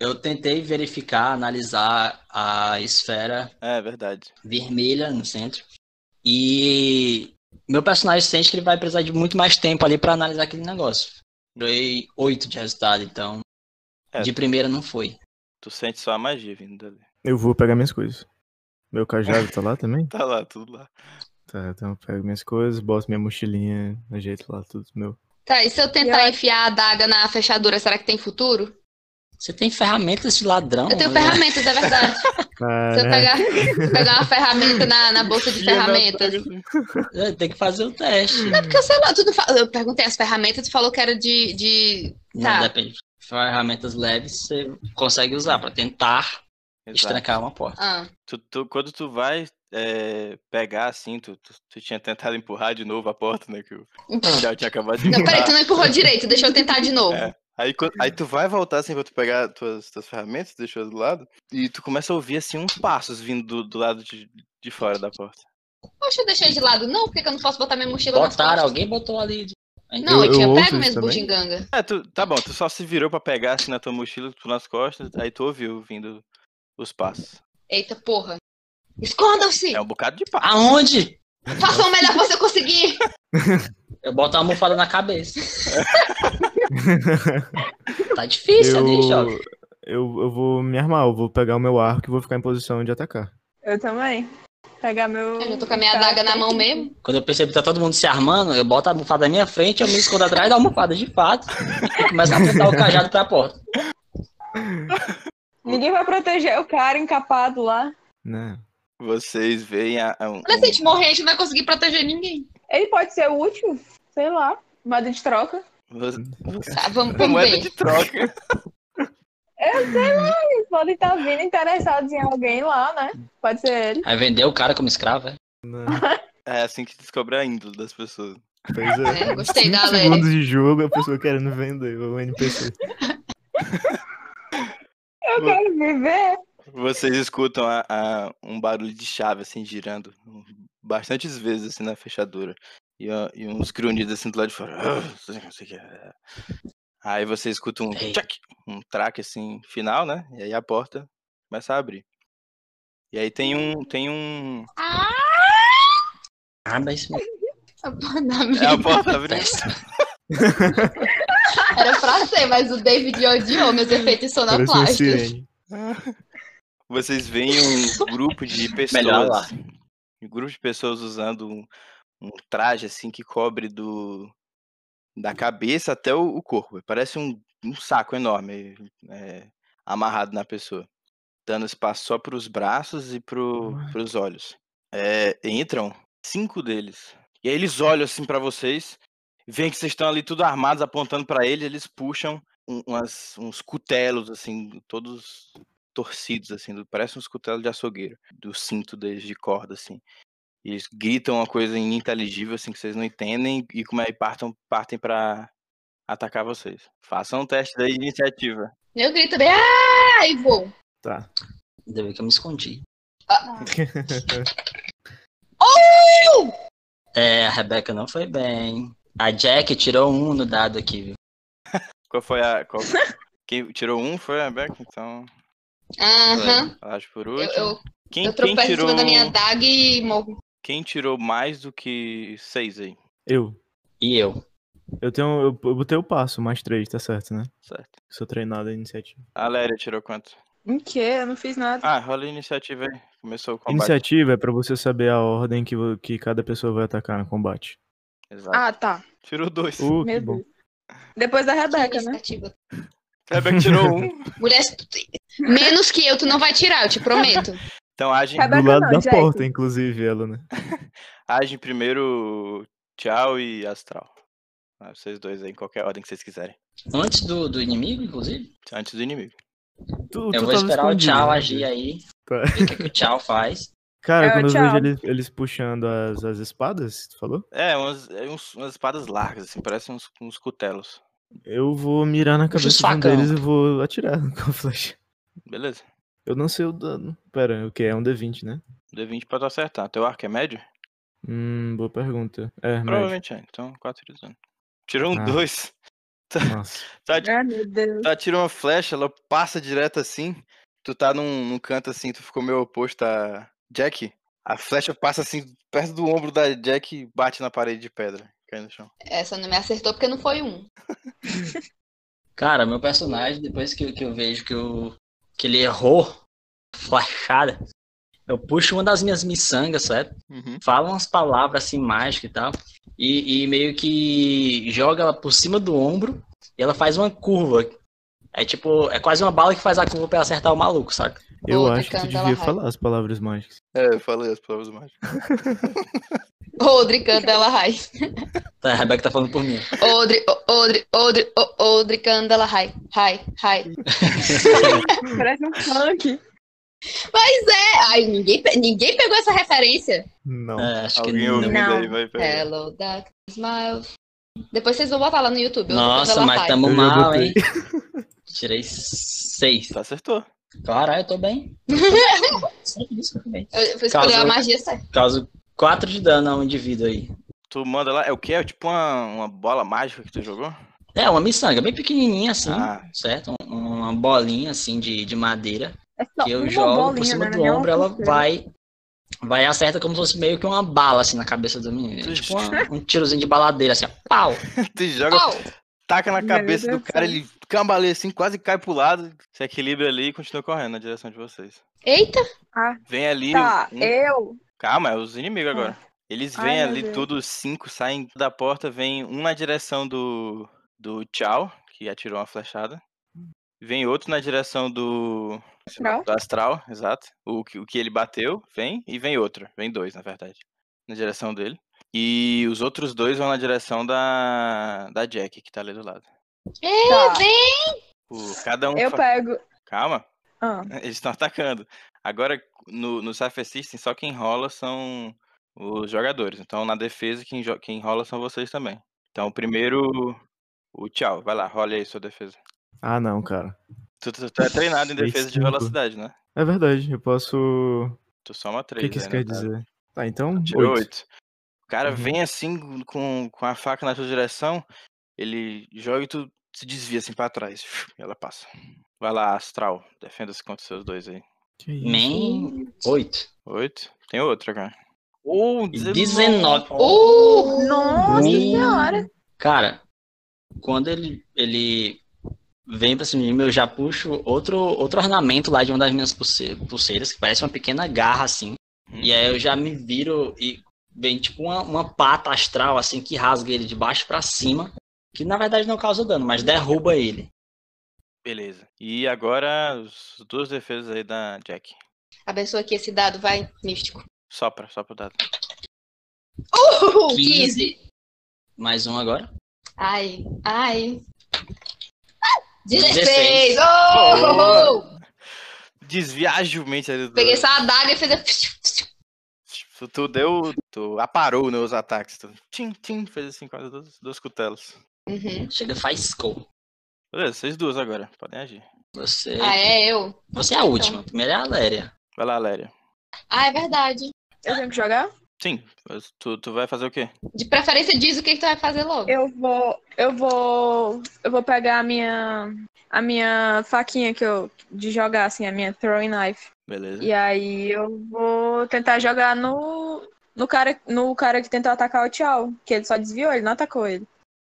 Speaker 1: eu tentei verificar, analisar a esfera
Speaker 3: É verdade.
Speaker 1: vermelha no centro. E meu personagem sente que ele vai precisar de muito mais tempo ali pra analisar aquele negócio. Tirei 8 de resultado, então.
Speaker 3: É.
Speaker 1: De primeira não foi.
Speaker 3: Tu sente só a magia vindo dali.
Speaker 5: Eu vou pegar minhas coisas. Meu cajado tá lá também?
Speaker 3: Tá lá, tudo lá.
Speaker 5: Tá, então eu pego minhas coisas, boto minha mochilinha, ajeito lá tudo meu.
Speaker 2: Tá, e se eu
Speaker 4: E
Speaker 2: tentar
Speaker 4: ela-
Speaker 2: enfiar a adaga na fechadura, será que tem futuro?
Speaker 1: Você tem ferramentas de ladrão?
Speaker 2: Eu tenho
Speaker 1: né?
Speaker 2: ferramentas, é verdade. Se eu
Speaker 5: Caraca,
Speaker 2: pegar, pegar uma ferramenta na, na bolsa de ferramentas. É
Speaker 1: É, Tem que fazer o teste.
Speaker 2: Porque, sei lá, tu não fala- Eu perguntei as ferramentas, tu falou que era de. de...
Speaker 1: Não,
Speaker 2: Tá.
Speaker 1: depende. Ferramentas leves você consegue usar pra tentar
Speaker 3: Exato.
Speaker 1: estrancar uma porta.
Speaker 2: Ah,
Speaker 3: Tu- tu- quando tu vai é, pegar assim, tu, tu- tu tinha tentado empurrar de novo a porta, né? Que o Thiago tinha acabado de
Speaker 2: Não, peraí, Hum.
Speaker 3: empurrar.
Speaker 2: tu não empurrou direito, deixa eu tentar de novo.
Speaker 3: É. Aí, quan- aí tu vai voltar assim pra tu pegar tuas, tuas ferramentas, tu deixou do lado, e tu começa a ouvir assim uns passos vindo do, do lado de, de fora da porta.
Speaker 2: Poxa, eu deixei de lado. Não, por que que eu não posso botar minha mochila nas
Speaker 1: Botaram,
Speaker 2: costas?
Speaker 1: alguém botou ali. de-
Speaker 2: Não, eu,
Speaker 5: Eu-
Speaker 2: tinha
Speaker 5: eu ouço
Speaker 2: pego
Speaker 5: isso
Speaker 2: minhas
Speaker 5: também.
Speaker 2: bugigangas.
Speaker 3: É, tu, tá bom, tu só se virou pra pegar assim na tua mochila, tu nas costas, aí tu ouviu vindo os passos.
Speaker 2: Eita porra. Escondam-se!
Speaker 3: É um bocado de passo.
Speaker 1: Aonde?
Speaker 2: Façam o melhor que eu conseguir!
Speaker 1: Eu boto a almofada na cabeça. tá difícil ali, jovem.
Speaker 5: eu, eu, eu vou me armar, eu vou pegar o meu arco e vou ficar em posição de atacar.
Speaker 4: Eu também. Pegar meu.
Speaker 2: Eu já tô com
Speaker 4: Tá,
Speaker 2: a minha adaga na mão mesmo.
Speaker 1: Quando eu percebo que tá todo mundo se armando, eu boto a almofada na minha frente, eu me escondo atrás da almofada de fato e começo a apontar o cajado pra porta.
Speaker 4: Ninguém vai proteger o cara encapado lá.
Speaker 5: Né?
Speaker 3: Vocês veem a, a um-
Speaker 2: Mas se assim, a gente morrer, a gente não vai conseguir proteger ninguém.
Speaker 4: Ele pode ser útil, sei lá. Moeda de troca.
Speaker 3: um- vo-
Speaker 2: Tá, vamos,
Speaker 3: uma
Speaker 2: vamos
Speaker 3: moeda
Speaker 2: ver.
Speaker 3: de troca.
Speaker 4: Eles podem estar vindo interessados em alguém lá, né? Pode ser ele.
Speaker 1: Aí vendeu o cara como escravo, é?
Speaker 5: Né?
Speaker 3: É assim que descobre a índole das pessoas.
Speaker 5: Pois é.
Speaker 2: É, gostei,
Speaker 5: Cinco
Speaker 2: galera.
Speaker 5: segundos de jogo, a pessoa querendo vender o NPC.
Speaker 4: Eu quero viver.
Speaker 3: Vocês escutam a- a- um barulho de chave assim girando um- bastantes vezes assim na fechadura. E, ó, e uns grunhidos assim do lado de fora. "Ah, não sei o que, não sei o que, ah". Aí você escuta um
Speaker 1: Ei.
Speaker 3: tchac, um traque assim final, né? E aí a porta começa a abrir. E aí tem um tem um
Speaker 2: Ah,
Speaker 1: Ah, mas isso
Speaker 2: a porra
Speaker 3: é
Speaker 2: da
Speaker 3: a
Speaker 2: merda.
Speaker 3: porta abrindo.
Speaker 2: Era pra ser, mas o David odiou meus efeitos
Speaker 5: Parece uma
Speaker 2: sonoplásticos.
Speaker 5: um sirene.
Speaker 3: Vocês veem um grupo de pessoas.
Speaker 1: Melhor lá.
Speaker 3: Um grupo de pessoas usando um, um traje assim que cobre do da cabeça até o, o corpo. Parece um, um saco enorme é, amarrado na pessoa, dando espaço só para os braços e para
Speaker 5: Ué.
Speaker 3: os olhos. É, entram cinco deles. E aí eles olham assim para vocês, veem que vocês estão ali tudo armados apontando para eles, eles puxam um- umas- uns cutelos assim, todos torcidos, assim, do- parece uns cutelos de açougueiro, do cinto deles de corda, assim. E eles gritam uma coisa ininteligível, assim, que vocês não entendem, e como aí partam, partem pra atacar vocês. Façam um teste da iniciativa.
Speaker 2: Eu grito bem, ah, e vou.
Speaker 5: Tá.
Speaker 1: Ainda bem que eu me escondi. É, a Rebeca não foi bem. A Jack tirou um no dado aqui, viu?
Speaker 3: Qual foi a. qual- Quem tirou um foi a Rebeca, então.
Speaker 2: Aham.
Speaker 3: ela acho por
Speaker 2: Eu,
Speaker 3: último.
Speaker 2: eu,
Speaker 3: quem, quem,
Speaker 2: eu tropeço em
Speaker 3: tirou,
Speaker 2: cima da minha adaga e morro.
Speaker 3: quem tirou mais do que seis aí?
Speaker 5: Eu.
Speaker 1: E eu.
Speaker 5: Eu tenho. Eu, eu botei o passo, mais três, tá certo, né?
Speaker 3: Certo.
Speaker 5: Sou treinado em iniciativa.
Speaker 3: A Léria tirou quanto?
Speaker 4: O quê? Eu não fiz nada.
Speaker 3: Ah, rola a iniciativa aí. Começou o combate.
Speaker 5: Iniciativa é pra você saber a ordem que, vo- que cada pessoa vai atacar no combate.
Speaker 3: Exato.
Speaker 4: Ah, tá.
Speaker 3: Tirou dois.
Speaker 5: Uh, que
Speaker 4: Meu
Speaker 5: bom.
Speaker 4: Deus. Depois da Rebeca, né?
Speaker 2: Iniciativa.
Speaker 3: A Rebeca tirou um.
Speaker 2: Mulher, se tu tem- menos que eu, tu não vai tirar, eu te prometo.
Speaker 3: Então agem,
Speaker 4: Rebeca
Speaker 5: Do lado
Speaker 4: não,
Speaker 5: da
Speaker 4: Jack.
Speaker 5: porta, inclusive, ela, né?
Speaker 3: agem primeiro tchau e astral. Ah, Vocês dois aí, em qualquer ordem que vocês quiserem.
Speaker 1: Antes do, do inimigo, inclusive,
Speaker 3: Antes do inimigo.
Speaker 5: Tu,
Speaker 1: eu vou
Speaker 5: tu tava
Speaker 1: esperar o
Speaker 5: escondido,
Speaker 1: tchau
Speaker 5: né?
Speaker 1: agir aí.
Speaker 5: Tá.
Speaker 1: Ver O que, que o tchau faz?
Speaker 5: Cara,
Speaker 4: É,
Speaker 5: quando eu
Speaker 4: tchau.
Speaker 5: vejo eles, eles puxando as, as espadas, tu falou?
Speaker 3: É, umas, é uns- umas espadas largas, assim, parecem uns, uns cutelos.
Speaker 5: Eu vou mirar na
Speaker 1: Puxa
Speaker 5: cabeça
Speaker 1: os
Speaker 5: de um
Speaker 1: facão.
Speaker 5: deles e vou atirar com a flecha.
Speaker 3: Beleza.
Speaker 5: Eu não sei o dano. Pera, o que? É um D20, né?
Speaker 3: D20 pra tu acertar. Teu arco é médio?
Speaker 5: Hum, boa pergunta. É, médio.
Speaker 3: Provavelmente é. Então, 4 de dano. Tirou um
Speaker 5: Ah.
Speaker 3: 2.
Speaker 5: Nossa.
Speaker 3: Tá,
Speaker 4: Ai, Ah, meu Deus.
Speaker 3: tá, tira uma flecha, ela passa direto assim. Tu tá num, num canto assim, tu ficou meio oposto a Jack. A flecha passa assim, perto do ombro da Jack e bate na parede de pedra. Cai no chão.
Speaker 2: Essa não me acertou porque não foi um.
Speaker 1: Cara, meu personagem, depois que, eu- que eu vejo que, eu, que ele errou flechada. Eu puxo uma das minhas miçangas, certo?
Speaker 3: Uhum.
Speaker 1: Fala umas palavras assim mágicas e tal. E, e meio que joga ela por cima do ombro e ela faz uma curva. É tipo, é quase uma bala que faz a curva pra acertar o maluco, saca?
Speaker 5: Eu
Speaker 2: Ô,
Speaker 5: acho que tu
Speaker 2: Tucano, tá
Speaker 5: devia
Speaker 2: lá,
Speaker 5: falar as palavras mágicas.
Speaker 3: É, falei as palavras mágicas.
Speaker 2: Odri Candela High.
Speaker 1: Tá, a Rebeca tá falando por mim.
Speaker 5: Então,
Speaker 2: Odri, o- Odri, Odri, o- Odri Candela High. High, high.
Speaker 4: Parece um funk.
Speaker 2: Pois é! Ai, ninguém, pe- ninguém pegou essa referência.
Speaker 5: Não.
Speaker 1: É, acho que
Speaker 3: Alguém
Speaker 1: não.
Speaker 3: ouvindo
Speaker 4: Não.
Speaker 3: aí vai pegar.
Speaker 2: Hello, Dark Smile. Depois vocês vão botar lá no YouTube. Odri
Speaker 1: Nossa,
Speaker 2: Candela
Speaker 1: mas tá
Speaker 2: High.
Speaker 1: tamo
Speaker 5: Eu já
Speaker 1: mal,
Speaker 5: botei.
Speaker 1: hein? Tirei seis.
Speaker 3: Tu acertou.
Speaker 1: Caralho, eu tô bem. Sei disso, eu tô bem.
Speaker 2: Eu fui escolher
Speaker 1: Casou.
Speaker 2: a magia certa.
Speaker 1: Caso 4 de dano a um indivíduo aí.
Speaker 3: Tu manda lá, é o que? É tipo uma, uma bola mágica que tu jogou?
Speaker 1: É, uma miçanga bem pequenininha assim,
Speaker 3: Ah.
Speaker 1: certo? Um- Uma bolinha assim de, de madeira
Speaker 4: É só
Speaker 1: que eu
Speaker 4: uma
Speaker 1: jogo por
Speaker 4: bolinha,
Speaker 1: cima
Speaker 4: né?
Speaker 1: do
Speaker 4: Não é uma
Speaker 1: ombro, ela
Speaker 4: pulseira.
Speaker 1: vai vai e acerta como se fosse meio que uma bala assim na cabeça do menino. É
Speaker 3: Ixi.
Speaker 1: Tipo uma- um tirozinho de baladeira assim, ó. pau.
Speaker 3: tu joga,
Speaker 2: Au!
Speaker 3: taca na
Speaker 4: Meu
Speaker 3: cabeça do
Speaker 4: Deus
Speaker 3: cara,
Speaker 4: do céu.
Speaker 3: ele cambaleia assim, quase cai pro lado, se equilibra ali e continua correndo na direção de vocês.
Speaker 2: Eita!
Speaker 3: Vem ali.
Speaker 4: Tá,
Speaker 3: um-
Speaker 4: eu
Speaker 3: Calma, é os inimigos agora. Eles
Speaker 4: Ai,
Speaker 3: vêm
Speaker 4: meu
Speaker 3: ali,
Speaker 4: Deus.
Speaker 3: todos cinco, saem da porta, vem um na direção do, do Tchau, que atirou uma flechada. Vem outro na direção do,
Speaker 4: Astral?
Speaker 3: do Astral, exato. O, que- o que ele bateu, vem, e vem outro. Vem dois, na verdade. Na direção dele. E os outros dois vão na direção da, da Jack, que tá ali do lado.
Speaker 2: Ei,
Speaker 4: Tá.
Speaker 2: vem!
Speaker 3: O, cada um.
Speaker 4: Eu
Speaker 3: fa-
Speaker 4: pego.
Speaker 3: Calma.
Speaker 4: Ah,
Speaker 3: Eles estão atacando. Agora, no, no Cypher System, só quem rola são os jogadores. Então, na defesa, quem, jo- quem rola são vocês também. Então, primeiro, o tchau. Vai lá, rola aí sua defesa.
Speaker 5: Ah, não, cara.
Speaker 3: Tu, tu- tu é treinado em
Speaker 5: Seis,
Speaker 3: defesa de
Speaker 5: cinco.
Speaker 3: velocidade, né?
Speaker 5: É verdade, eu posso.
Speaker 3: Tu soma
Speaker 5: O
Speaker 3: três.
Speaker 5: que, que isso
Speaker 3: aí, né?
Speaker 5: quer dizer? Tá, então.
Speaker 3: Tirou
Speaker 5: Oito.
Speaker 3: oito. O cara
Speaker 5: Uhum.
Speaker 3: vem assim, com, com a faca na tua direção, ele joga e tu se desvia assim pra trás. E ela passa. Vai lá, Astral. Defenda-se contra os seus dois aí.
Speaker 5: Que isso?
Speaker 1: Man, 8.
Speaker 3: Oito. Tem outro, cara. Ou
Speaker 1: E 19.
Speaker 2: Uh!
Speaker 4: nossa
Speaker 1: Ih.
Speaker 4: senhora.
Speaker 1: Cara, quando ele, ele vem pra cima de mim, eu já puxo outro, outro ornamento lá de uma das minhas pulse- pulseiras, que parece uma pequena garra, assim.
Speaker 3: Hum.
Speaker 1: E aí eu já me viro e vem tipo uma, uma pata astral, assim, que rasga ele de baixo pra cima. Que na verdade não causa dano, mas derruba ele.
Speaker 3: Beleza. E agora, as duas defesas aí da Jack.
Speaker 2: Abençoa aqui esse dado, vai, místico.
Speaker 3: Sopra, sopra o dado.
Speaker 2: Uh,
Speaker 1: 15.
Speaker 2: 15.
Speaker 1: Mais um agora.
Speaker 2: Ai, ai. Ah, 16!
Speaker 1: 16.
Speaker 2: Oh!
Speaker 3: Desviagemmente ali do...
Speaker 2: Peguei essa adaga e fiz.
Speaker 3: Tu- Tu deu... Tu aparou né, os ataques. Tu... Tchim, tchim. Fez assim com as duas, duas cutelas.
Speaker 2: Uhum.
Speaker 1: Chega, faz gol.
Speaker 3: Beleza, vocês duas agora. Podem agir.
Speaker 1: Você,
Speaker 2: Ah, é eu?
Speaker 1: você é a
Speaker 2: então.
Speaker 1: última. Primeiro é a Léria.
Speaker 3: Vai lá, Léria.
Speaker 2: Ah, é verdade.
Speaker 4: Eu tenho que jogar?
Speaker 3: Sim. mas Tu, tu vai fazer o quê?
Speaker 2: De preferência, diz o que, que tu vai fazer logo.
Speaker 4: Eu vou. Eu vou. Eu vou pegar a minha. A minha faquinha que eu. De jogar, assim, a minha throwing knife.
Speaker 3: Beleza.
Speaker 4: E aí eu vou tentar jogar no. No cara, no cara que tentou atacar o Tchau. Que ele só desviou, ele não atacou ele.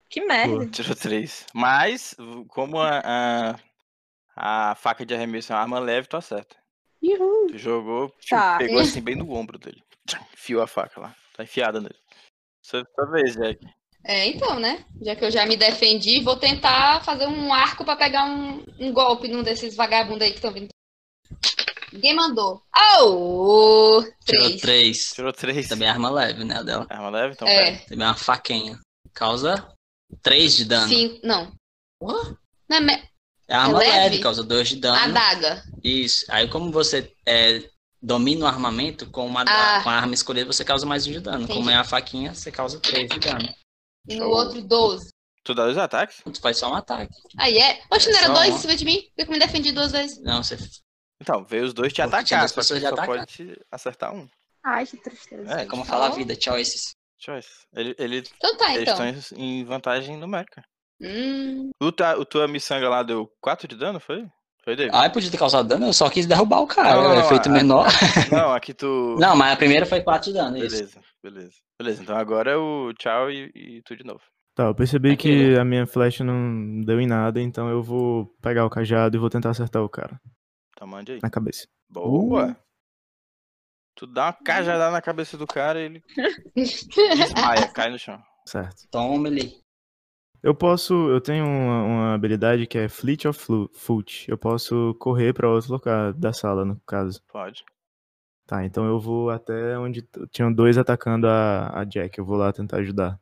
Speaker 4: Que merda.
Speaker 3: Tirou três. Mas, v- como a, a, a faca de arremesso é uma arma leve, tu acerta.
Speaker 4: Uhul.
Speaker 3: Tu jogou, tchim,
Speaker 4: Tá.
Speaker 3: pegou assim bem no ombro dele. Tchim, Enfiou a faca lá. Tá enfiada nele. Sua sua vez, Jack.
Speaker 2: É, então, né? Já que eu já me defendi, vou tentar fazer um arco pra pegar um, um golpe num desses vagabundos aí que estão vindo. Ninguém mandou. Oh!
Speaker 1: Tirou
Speaker 2: Três.
Speaker 1: 3.
Speaker 3: Tirou três.
Speaker 1: Também é arma leve, né, a dela?
Speaker 3: Arma leve, então pega.
Speaker 2: É,
Speaker 1: Também é uma faquinha. Causa 3 de dano.
Speaker 2: cinco. Não.
Speaker 1: Hã?
Speaker 2: Não é me-
Speaker 1: É arma
Speaker 2: É leve? Ah,
Speaker 1: leve? causa 2 de dano.
Speaker 2: Adaga.
Speaker 1: Isso. Aí como você é, domina o armamento, com, uma,
Speaker 2: Ah.
Speaker 1: com a arma escolhida você causa mais um de dano.
Speaker 2: Entendi.
Speaker 1: Como é a faquinha, você causa 3 de dano.
Speaker 2: E no
Speaker 3: Show.
Speaker 2: outro, 12.
Speaker 3: Tu dá dois ataques?
Speaker 1: Tu faz só um ataque.
Speaker 2: Aí é. Oxe, não era
Speaker 1: Só
Speaker 2: dois
Speaker 1: um.
Speaker 2: em cima de mim? Por que que eu me defendi duas vezes?
Speaker 1: Não, você
Speaker 3: Então, veio os dois te
Speaker 1: Porque tinha
Speaker 3: atacar.
Speaker 1: duas
Speaker 3: Só que
Speaker 1: pessoas
Speaker 3: ele
Speaker 1: de
Speaker 3: só
Speaker 1: atacar.
Speaker 3: pode te acertar um.
Speaker 4: Ai, que tristeza.
Speaker 3: É,
Speaker 1: é como falar a
Speaker 2: Só.
Speaker 1: vida. Tchau, esses.
Speaker 3: choice. Ele, ele,
Speaker 2: Então tá,
Speaker 3: Eles
Speaker 2: então.
Speaker 3: estão em- em vantagem numérica.
Speaker 2: Hum,
Speaker 3: O, ta, o tua miçanga lá deu 4 de dano, foi? Foi, David?
Speaker 1: Ah, eu podia ter causado dano, eu só quis derrubar o cara.
Speaker 3: Não, não,
Speaker 1: o
Speaker 3: não,
Speaker 1: efeito
Speaker 3: a-
Speaker 1: menor.
Speaker 3: Não, aqui tu.
Speaker 1: Não, mas a primeira foi 4 de dano, isso.
Speaker 3: Beleza, beleza. Beleza, então agora é o tchau e, e tu de novo.
Speaker 5: Tá, eu percebi
Speaker 1: Ok.
Speaker 5: que a minha flecha não deu em nada, então eu vou pegar o cajado e vou tentar acertar o cara
Speaker 3: Então mande aí.
Speaker 5: na cabeça.
Speaker 3: Boa! Uh. Tu dá uma cajadada na cabeça do cara e ele desmaia, cai no chão.
Speaker 5: Certo.
Speaker 1: Toma ele.
Speaker 5: Eu posso. Eu tenho uma, uma habilidade que é Fleet of Flu- Foot. Eu posso correr pra outro local da sala, no caso.
Speaker 3: Pode.
Speaker 5: Tá, então eu vou até onde t- tinham dois atacando a, a Jack. Eu vou lá tentar ajudar.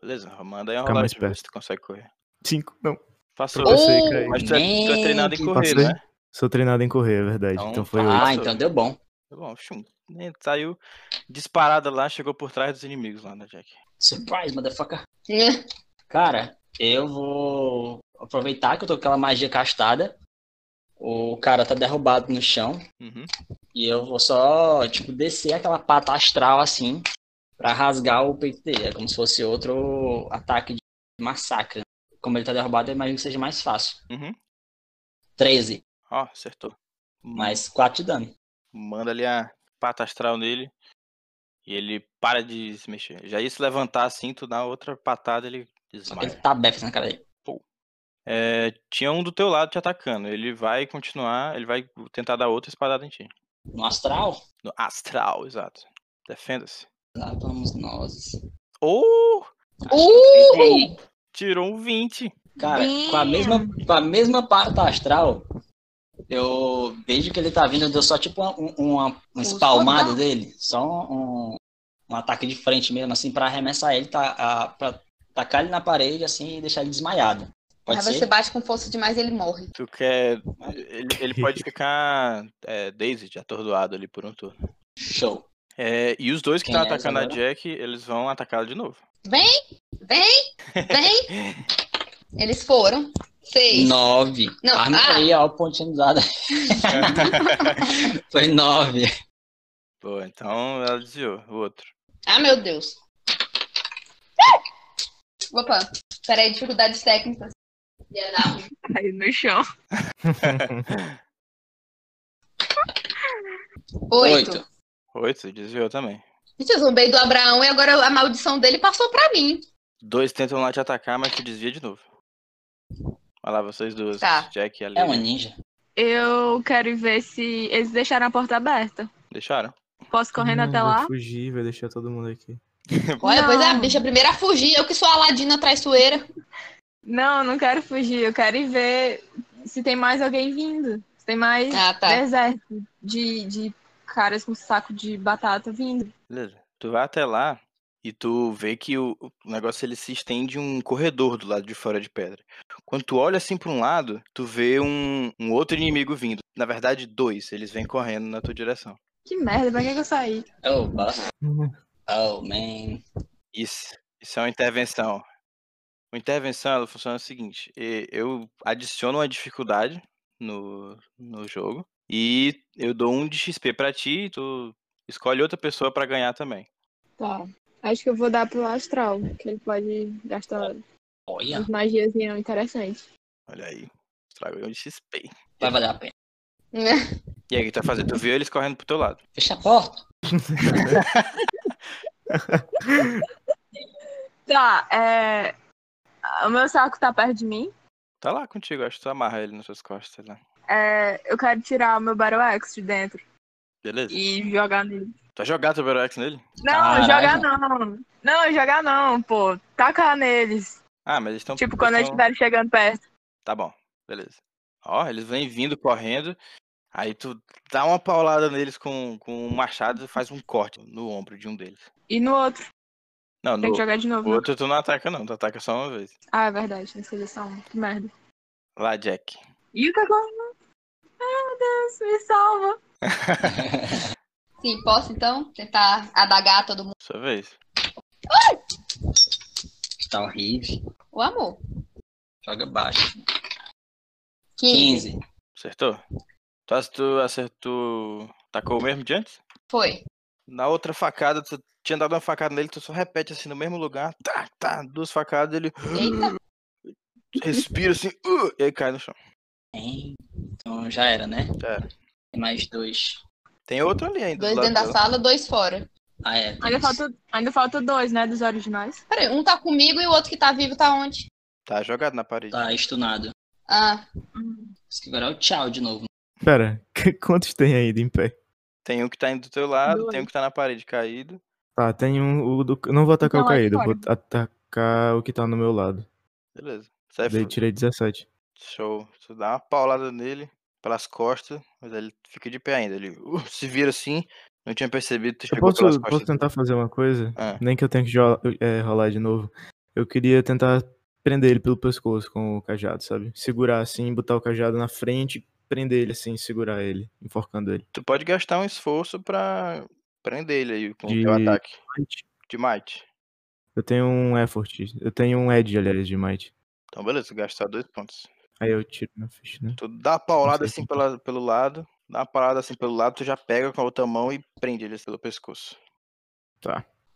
Speaker 3: Beleza, manda aí uma
Speaker 5: Fica
Speaker 3: rolagem
Speaker 5: mais
Speaker 3: pra ver
Speaker 5: perto.
Speaker 3: se tu consegue correr.
Speaker 5: Cinco, não.
Speaker 3: Passou.
Speaker 5: Eu sei,
Speaker 1: Oh,
Speaker 5: cara.
Speaker 3: Mas tu é, tu é treinado em
Speaker 1: gente.
Speaker 3: correr,
Speaker 5: Passei.
Speaker 3: né?
Speaker 5: Sou treinado em correr, é verdade.
Speaker 3: Então
Speaker 5: Então, foi
Speaker 3: tá.
Speaker 5: oito.
Speaker 1: Ah,
Speaker 3: oito.
Speaker 1: então deu bom.
Speaker 3: Tá Bom, chum. Né, Saiu disparada lá, chegou por trás dos inimigos lá, né, Jack?
Speaker 1: Surprise, motherfucker. Cara, eu vou aproveitar que eu tô com aquela magia castada. O cara tá derrubado no chão.
Speaker 3: Uhum.
Speaker 1: E eu vou só, tipo, descer aquela pata astral assim. Pra rasgar o peito dele. É como se fosse outro ataque de massacre. Como ele tá derrubado, eu imagino que seja mais fácil.
Speaker 3: Uhum.
Speaker 1: 13,
Speaker 3: Ó, acertou.
Speaker 1: mais 4 de dano.
Speaker 3: manda ali a pata astral nele e ele para de se mexer. Já ia se levantar assim, tu dá outra patada, ele
Speaker 1: Só que ele
Speaker 3: desmaia.
Speaker 1: tá bef na cara dele.
Speaker 3: É, tinha um do teu lado te atacando. Ele vai continuar, ele vai tentar dar outra espadada em ti.
Speaker 1: No astral?
Speaker 3: No astral, exato. Defenda-se.
Speaker 1: Lá vamos nós.
Speaker 3: Ou
Speaker 1: Uh!
Speaker 3: tirou um 20.
Speaker 1: Cara, com a,
Speaker 4: Damn.
Speaker 1: mesma, com a mesma pata astral, eu desde que ele tá vindo, eu dou só tipo uma, uma, uma espalmada
Speaker 2: soldado.
Speaker 1: dele. Só um, um ataque de frente mesmo, assim, pra arremessar ele, tá, a, pra tacar ele na parede, assim, e deixar ele desmaiado. Pode
Speaker 2: Aí
Speaker 1: ser?
Speaker 2: você bate com força demais e ele morre.
Speaker 3: Tu quer. Ele, ele pode ficar é, Dazed, atordoado ali por um turno.
Speaker 1: Show.
Speaker 3: É, e os dois que
Speaker 1: Quem
Speaker 3: estão
Speaker 1: é eles
Speaker 3: atacando a
Speaker 1: agora?
Speaker 3: Jack, eles vão atacá-la de novo.
Speaker 2: Vem! Eles foram. Seis.
Speaker 1: Nove.
Speaker 2: Não,
Speaker 1: Arma
Speaker 2: ah.
Speaker 1: aí, ó, o pontinho usado. Foi nove.
Speaker 3: Boa, então ela desviou. O outro.
Speaker 2: Ah, meu Deus. Ah! Opa, peraí, dificuldades técnicas. Ia dar ruim.
Speaker 4: Caiu no chão.
Speaker 2: Oito.
Speaker 1: Oito.
Speaker 3: Oito, desviou também.
Speaker 2: Gente, eu zombei do Abraão e agora a maldição dele passou pra mim.
Speaker 3: Dois tentam lá te atacar, mas tu desvia de novo. Vai lá, vocês duas.
Speaker 2: Tá.
Speaker 3: Jack e ali.
Speaker 1: É uma ninja.
Speaker 4: Eu quero ver se eles deixaram a porta aberta.
Speaker 3: Deixaram?
Speaker 4: Posso correndo
Speaker 5: Não,
Speaker 4: até
Speaker 5: vai
Speaker 4: lá?
Speaker 5: Hum, Fugir, vai deixar todo mundo aqui.
Speaker 2: Olha,
Speaker 4: Não.
Speaker 2: pois é, a bicha primeira a fugir. Eu que sou a Aladina traiçoeira.
Speaker 4: Não, não quero fugir. Eu quero ir ver se tem mais alguém vindo. Se tem mais
Speaker 2: Ah, tá.
Speaker 4: deserto de, de caras com saco de batata vindo.
Speaker 3: Beleza. Tu vai até lá e tu vê que o, o negócio ele se estende um corredor do lado de fora de pedra. Quando tu olha assim pra um lado, tu vê um, um outro inimigo vindo. Na verdade, dois. Eles vêm correndo na tua direção.
Speaker 4: Que merda, pra que, que eu saí?
Speaker 1: Oh, buff. Oh, man.
Speaker 3: Isso. Isso é uma intervenção. Uma intervenção, ela funciona o seguinte: e- eu adiciono uma dificuldade no, no jogo e eu dou um de XP pra ti e tu escolhe outra pessoa pra ganhar também.
Speaker 4: Tá. Acho que eu vou dar pro astral, que ele pode gastar
Speaker 1: Olha,
Speaker 4: umas magias interessantes.
Speaker 3: Olha aí, estragou um de XP.
Speaker 1: vai valer a pena.
Speaker 3: E aí, o que tu vai fazer? Tu viu eles correndo pro teu lado.
Speaker 1: Fecha a porta.
Speaker 4: Tá, é. O meu saco tá perto de mim.
Speaker 3: Tá lá contigo, acho que tu amarra ele nas suas costas, né? sei lá.
Speaker 4: É, eu quero tirar o meu Battle Axe de dentro
Speaker 3: Beleza?
Speaker 4: e jogar nele.
Speaker 3: Tu vai jogar teu Berox nele?
Speaker 4: Não,
Speaker 1: Caralho.
Speaker 4: jogar não. Não, jogar não, pô. Tacar neles.
Speaker 3: Ah, mas eles estão.
Speaker 4: Tipo, quando eles estiverem chegando perto.
Speaker 3: Tá bom, beleza. Ó, eles vêm vindo correndo. Aí tu dá uma paulada neles com, com um machado e faz um corte no ombro de um deles.
Speaker 4: E no outro.
Speaker 3: Não,
Speaker 4: Tem
Speaker 3: no
Speaker 4: que jogar de novo. né?
Speaker 3: outro tu não ataca, não. Tu ataca só uma vez.
Speaker 4: Ah, é verdade. Tem que fazer só um. Que merda.
Speaker 3: Lá, Jack.
Speaker 4: E o que aconteceu? Meu Deus, me salva.
Speaker 2: Sim, posso então tentar adagar todo mundo.
Speaker 3: Sua vez.
Speaker 1: Tá horrível.
Speaker 2: O amor.
Speaker 1: Joga baixo.
Speaker 2: 15.
Speaker 1: 15.
Speaker 3: Acertou? Tu, ac- tu acertou. Tacou o mesmo de antes?
Speaker 2: Foi.
Speaker 3: Na outra facada, tu tinha dado uma facada nele, tu só repete assim no mesmo lugar. Tá, tá. Duas facadas, ele
Speaker 2: Eita.
Speaker 3: respira assim. uh, e aí cai no chão.
Speaker 1: Então já era, né?
Speaker 3: Já era.
Speaker 1: Tem mais dois.
Speaker 3: Tem outro ali ainda. do
Speaker 2: Dois
Speaker 3: lado
Speaker 2: dentro
Speaker 3: dela.
Speaker 2: da sala, dois fora.
Speaker 1: Ah, é. tem
Speaker 4: Ainda
Speaker 1: isso.
Speaker 4: falta, ainda falta dois, né? Dos originais.
Speaker 2: Peraí, um tá comigo e o outro que tá vivo tá onde?
Speaker 3: Tá jogado na parede.
Speaker 1: Tá estunado.
Speaker 2: Ah,
Speaker 1: Isso que Agora é o tchau de novo.
Speaker 5: Pera, quantos tem ainda em pé?
Speaker 3: Tem um que tá indo do teu lado,
Speaker 4: Dois.
Speaker 3: tem um que tá na parede caído.
Speaker 5: Tá, tem um. O do, não vou atacar
Speaker 2: Não,
Speaker 5: o
Speaker 2: é de
Speaker 5: caído, vou atacar o que tá no meu lado.
Speaker 3: Beleza. Sai
Speaker 5: Daí
Speaker 3: fora.
Speaker 5: tirei 17.
Speaker 3: Show. Tu dá uma paulada nele pelas costas, mas ele fica de pé ainda. Ele uh, se vira assim, não tinha percebido, tu
Speaker 5: Eu
Speaker 3: chegou
Speaker 5: posso,
Speaker 3: pelas
Speaker 5: posso
Speaker 3: costas.
Speaker 5: tentar fazer uma coisa?
Speaker 3: Ah.
Speaker 5: Nem que eu tenha que jo- é, rolar de novo. Eu queria tentar prender ele pelo pescoço com o cajado, sabe? Segurar assim, botar o cajado na frente, prender ele assim, segurar ele, enforcando ele.
Speaker 3: Tu pode gastar um esforço pra prender ele aí com o
Speaker 5: De-
Speaker 3: teu ataque de might.
Speaker 5: Eu tenho um effort. Eu tenho um edge, aliás, de might.
Speaker 3: Então beleza, tu gastar dois pontos.
Speaker 5: Aí eu tiro na ficha, né?
Speaker 3: Tu dá uma paulada
Speaker 5: sei
Speaker 3: assim
Speaker 5: se-
Speaker 3: pela, pelo lado, dá uma paulada assim pelo lado, tu já pega com a outra mão e prende ele pelo pescoço.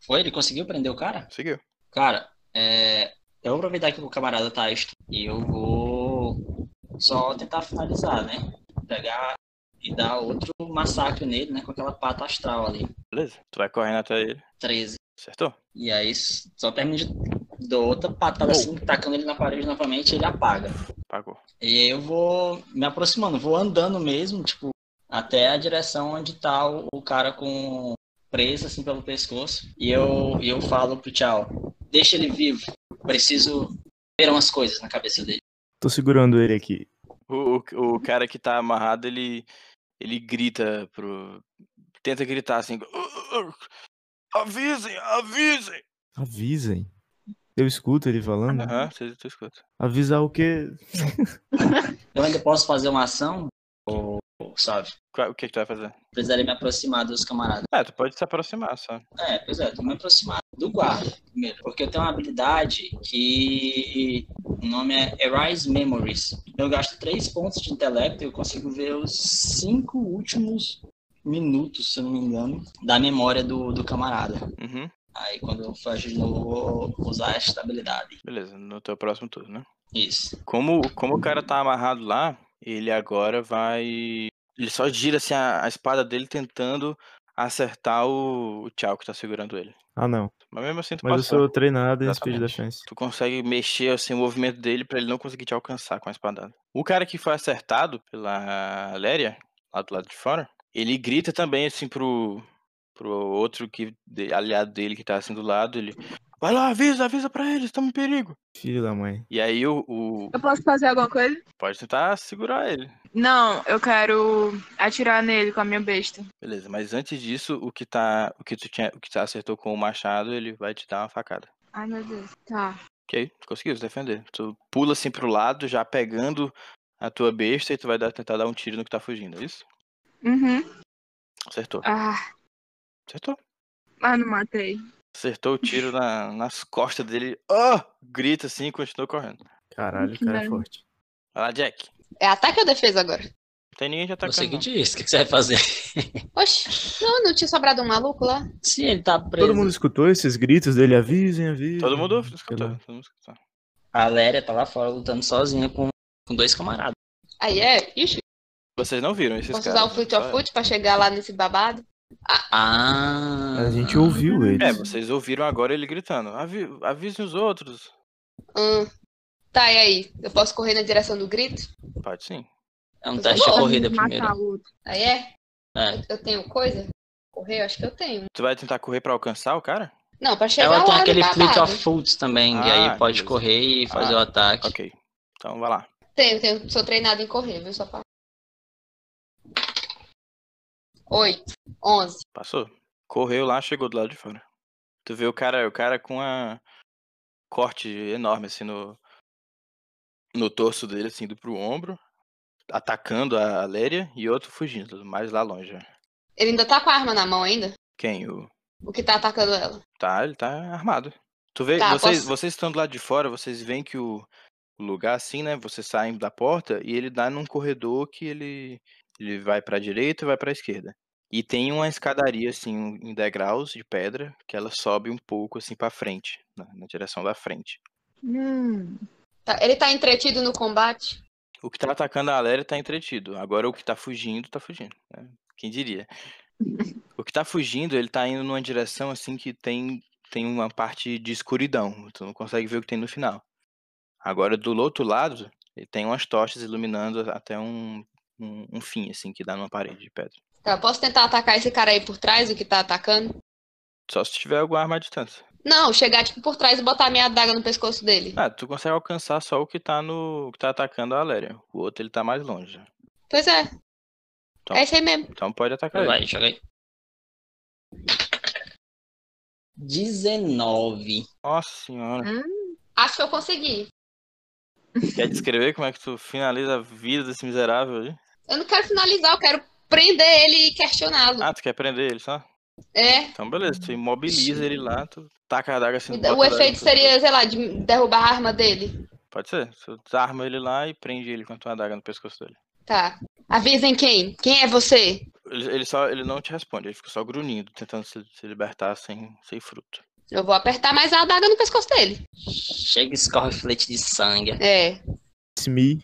Speaker 1: Foi? Ele conseguiu prender o cara?
Speaker 3: Seguiu.
Speaker 1: Cara, é... eu vou aproveitar que o camarada tá est- e eu vou só tentar finalizar, né? Pegar e dar outro massacre nele, né? Com aquela pata astral ali.
Speaker 3: Beleza? Tu vai correndo até ele.
Speaker 1: 13.
Speaker 3: Acertou?
Speaker 1: E aí s- só termina de dou outra patada
Speaker 3: Oh.
Speaker 1: assim, tacando ele na parede novamente, ele apaga.
Speaker 3: Pagou.
Speaker 1: E aí eu vou me aproximando, vou andando mesmo, tipo, até a direção onde tá o, o cara com preso assim pelo pescoço. E eu, e eu falo pro tchau, deixa ele vivo. Preciso ver umas coisas na cabeça dele.
Speaker 5: Tô segurando ele aqui.
Speaker 3: O, o, o cara que tá amarrado, ele, ele grita pro. Tenta gritar assim. "Ah, Avisem, avisem!
Speaker 5: Avisem. Eu escuto ele falando.
Speaker 3: Aham, você tu escuta.
Speaker 5: Avisar o quê?
Speaker 1: Eu ainda posso fazer uma ação? Ou, sabe?
Speaker 3: Qual- O que, que tu vai fazer?
Speaker 1: Precisaria me aproximar dos camaradas.
Speaker 3: É, tu pode se aproximar só.
Speaker 1: É, pois é, tô me aproximando do guarda primeiro. Porque eu tenho uma habilidade que o nome é Arise Memories. Eu gasto três pontos de intelecto e eu consigo ver os cinco últimos minutos, se eu não me engano, da memória do, do camarada.
Speaker 3: Uhum.
Speaker 1: Aí quando eu faço de novo, eu vou usar esta habilidade.
Speaker 3: Beleza, no teu próximo turno, né?
Speaker 1: Isso.
Speaker 3: Como, como o cara tá amarrado lá, ele agora vai. Ele só gira assim a, a espada dele tentando acertar o, o Tchau que tá segurando ele.
Speaker 5: Ah, não.
Speaker 3: Mas mesmo assim tu
Speaker 5: Mas eu
Speaker 3: passou.
Speaker 5: sou treinado em speed
Speaker 3: Exatamente.
Speaker 5: defense.
Speaker 3: Tu consegue mexer assim, o movimento dele pra ele não conseguir te alcançar com a espadada. O cara que foi acertado pela Léria, lá do lado de fora, ele grita também assim pro, pro outro que de- aliado dele que tá assim do lado, ele. Vai lá, avisa, avisa pra eles, estamos em perigo.
Speaker 5: Filho da mãe.
Speaker 3: E aí o, o-
Speaker 4: Eu posso fazer alguma coisa?
Speaker 3: Pode tentar segurar ele.
Speaker 4: Não, eu quero atirar nele com a minha besta.
Speaker 3: Beleza, mas antes disso, o que tá. O que tu tinha. O que tu acertou com o machado, ele vai te dar uma facada.
Speaker 4: Ai, meu Deus. Tá.
Speaker 3: Ok, conseguiu se defender. Tu pula assim pro lado, já pegando a tua besta e tu vai dar- tentar dar um tiro no que tá fugindo, é isso?
Speaker 4: Uhum.
Speaker 3: Acertou.
Speaker 4: Ah,
Speaker 3: Acertou.
Speaker 4: mas não matei.
Speaker 3: Acertou o tiro na- nas costas dele. Oh! Grita assim e continua correndo.
Speaker 5: Caralho, o
Speaker 4: Que
Speaker 5: cara é
Speaker 4: merda.
Speaker 5: forte.
Speaker 3: Vai lá, Jack.
Speaker 2: É ataque ou defesa agora?
Speaker 3: Não tem ninguém te
Speaker 5: Tá
Speaker 1: Você
Speaker 3: atacando.
Speaker 1: que
Speaker 3: não.
Speaker 1: diz, o que que você vai fazer?
Speaker 2: Oxi, não, não tinha sobrado um maluco lá?
Speaker 1: Se ele tá preso,
Speaker 5: Todo mundo escutou esses gritos dele? Avisem, avisem.
Speaker 3: Todo
Speaker 1: né?
Speaker 3: mundo
Speaker 5: sei
Speaker 3: escutou.
Speaker 5: lá.
Speaker 3: Todo mundo escutou.
Speaker 1: a Léria tá lá fora lutando sozinha com, com dois camaradas.
Speaker 2: Aí é, ixi,
Speaker 3: Vocês não viram esses
Speaker 2: posso
Speaker 3: caras.
Speaker 2: usar o
Speaker 3: né?
Speaker 2: Fleet
Speaker 3: Só
Speaker 2: of
Speaker 3: é.
Speaker 2: Foot pra chegar lá nesse babado?
Speaker 1: Ah!
Speaker 5: A gente ouviu eles.
Speaker 3: É, vocês ouviram agora ele gritando. "Avi- Avisem os outros.
Speaker 2: Hum. Tá, e aí? Eu posso correr na direção do grito?
Speaker 3: Pode sim.
Speaker 1: É um teste de corrida primeiro.
Speaker 4: Matar o outro.
Speaker 2: Aí é?
Speaker 1: É.
Speaker 2: Eu- Eu tenho coisa? Correr? Eu acho que eu tenho.
Speaker 3: Tu vai tentar correr pra alcançar o cara?
Speaker 2: Não, pra chegar
Speaker 1: Ela tem
Speaker 2: lá no
Speaker 1: aquele Fleet
Speaker 2: babado.
Speaker 1: of Foods também, e
Speaker 3: Ah,
Speaker 1: aí pode
Speaker 3: beleza.
Speaker 1: correr e fazer
Speaker 3: Ah,
Speaker 1: o ataque.
Speaker 3: Ok. Então vai lá.
Speaker 2: Tenho, tenho. Sou treinada em correr, viu? Só pra... Oito. Onze.
Speaker 3: Passou. Correu lá, chegou do lado de fora. Tu vê o cara, o cara com a corte enorme assim no no torso dele assim indo pro ombro, atacando a Léria e outro fugindo, mais lá longe. já.
Speaker 2: Ele ainda tá com a arma na mão ainda?
Speaker 3: Quem? O
Speaker 2: O que tá atacando ela?
Speaker 3: tá, ele tá armado. Tu vê,
Speaker 2: Tá,
Speaker 3: vocês,
Speaker 2: posso-
Speaker 3: vocês estão do lado de fora, vocês veem que o, o lugar assim, né, vocês saem da porta e ele dá num corredor que ele ele vai pra direita e vai pra esquerda. E tem uma escadaria assim um- em degraus de pedra que ela sobe um pouco assim pra frente, na, na direção da frente.
Speaker 4: Hum.
Speaker 2: Tá- Ele tá entretido no combate?
Speaker 3: O que tá atacando a Aléria tá entretido. Agora o que tá fugindo, tá fugindo. né? Quem diria? O que tá fugindo, ele tá indo numa direção assim que tem, tem uma parte de escuridão. Tu não consegue ver o que tem no final. Agora do outro lado, ele tem umas tochas iluminando a- até um um, um fim, assim, que dá numa parede de pedra.
Speaker 2: Tá, eu posso tentar atacar esse cara aí por trás, o que tá atacando?
Speaker 3: Só se tiver alguma arma à distância.
Speaker 2: Não, chegar tipo por trás e botar a minha adaga no pescoço dele.
Speaker 3: Ah, tu consegue alcançar só o que tá no. o que tá atacando a Aléria. O outro ele tá mais longe.
Speaker 2: Pois é.
Speaker 3: Então.
Speaker 2: É isso aí mesmo.
Speaker 3: Então pode atacar
Speaker 1: Vai, vai,
Speaker 3: ele.
Speaker 1: joga aí. 19.
Speaker 3: Nossa senhora.
Speaker 2: Acho que eu consegui.
Speaker 3: Quer descrever como é que tu finaliza a vida desse miserável aí?
Speaker 2: Eu não quero finalizar, eu quero prender ele e questioná-lo.
Speaker 3: Ah, tu quer prender ele, só?
Speaker 2: É.
Speaker 3: Então beleza, tu imobiliza ele lá, tu taca a adaga assim.
Speaker 2: Me
Speaker 3: no
Speaker 2: dá- Então, O
Speaker 3: boca dela.
Speaker 2: efeito seria, sei lá, de derrubar a arma dele.
Speaker 3: Pode ser. Tu desarma ele lá e prende ele com a tua adaga no pescoço dele.
Speaker 2: Tá. Avisem quem? Quem é você?
Speaker 3: Ele, ele só, ele não te responde, ele fica só grunhindo, tentando se, se libertar sem, sem fruto.
Speaker 2: Eu vou apertar mais a adaga no pescoço dele.
Speaker 1: Chega e escorre filete de sangue.
Speaker 2: É.
Speaker 5: Smee,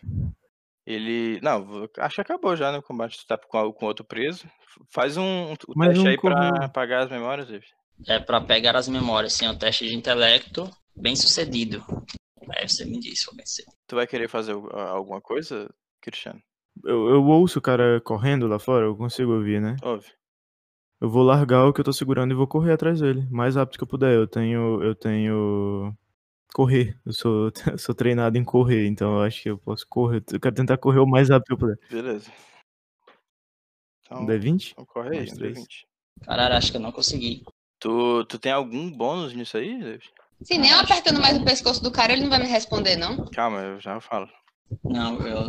Speaker 3: Ele. Não, vou- acho que acabou já, né? O combate tu tá com, a- com outro preso. Faz um, um
Speaker 5: Mas
Speaker 3: teste
Speaker 5: não
Speaker 3: aí pra
Speaker 5: correu.
Speaker 3: apagar as memórias, Ives.
Speaker 1: É pra pegar as memórias. Sim, é um teste de intelecto bem sucedido. Aí você me diz, foi bem sucedido.
Speaker 3: Tu vai querer fazer al- alguma coisa, Cristiano?
Speaker 5: eu, eu ouço o cara correndo lá fora, eu consigo ouvir, né?
Speaker 3: Ouve.
Speaker 5: Eu vou largar o que eu tô segurando e vou correr atrás dele, mais rápido que eu puder. Eu tenho. Eu tenho. Correr. Eu sou, eu sou treinado em correr, então eu acho que eu posso correr. Eu quero tentar correr o mais rápido que eu puder.
Speaker 3: Beleza. Então,
Speaker 5: Um D20?
Speaker 3: então corre aí,
Speaker 5: mais
Speaker 3: um
Speaker 5: três.
Speaker 3: D20.
Speaker 1: Caralho, acho que eu não consegui.
Speaker 3: Tu, tu tem algum bônus nisso aí, David?
Speaker 2: Se nem eu apertando mais o pescoço do cara, ele não vai me responder, não?
Speaker 3: Calma, eu já falo.
Speaker 1: Não, eu.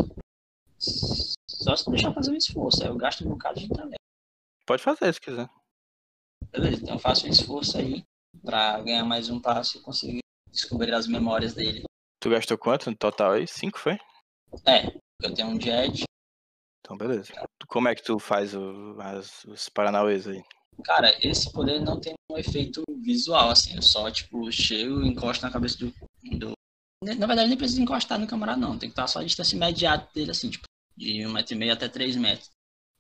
Speaker 1: Só se deixar fazer um esforço. Aí eu gasto um bocado de intelecto.
Speaker 3: Pode fazer se quiser.
Speaker 1: Beleza, então eu faço um esforço aí pra ganhar mais um passo e conseguir descobrir as memórias dele.
Speaker 3: Tu gastou quanto no total aí? Cinco foi?
Speaker 1: Eu tenho um jet.
Speaker 3: Então, beleza. Tu- Como é que tu faz o- as- os paranauês aí?
Speaker 1: Cara, esse poder não tem um efeito visual, assim. Eu só, tipo, chego, encosto na cabeça do. do... né, Na verdade, nem preciso encostar no camarada, não. Tem que estar só a distância imediata dele, assim, tipo, de um metro e meio até três metros.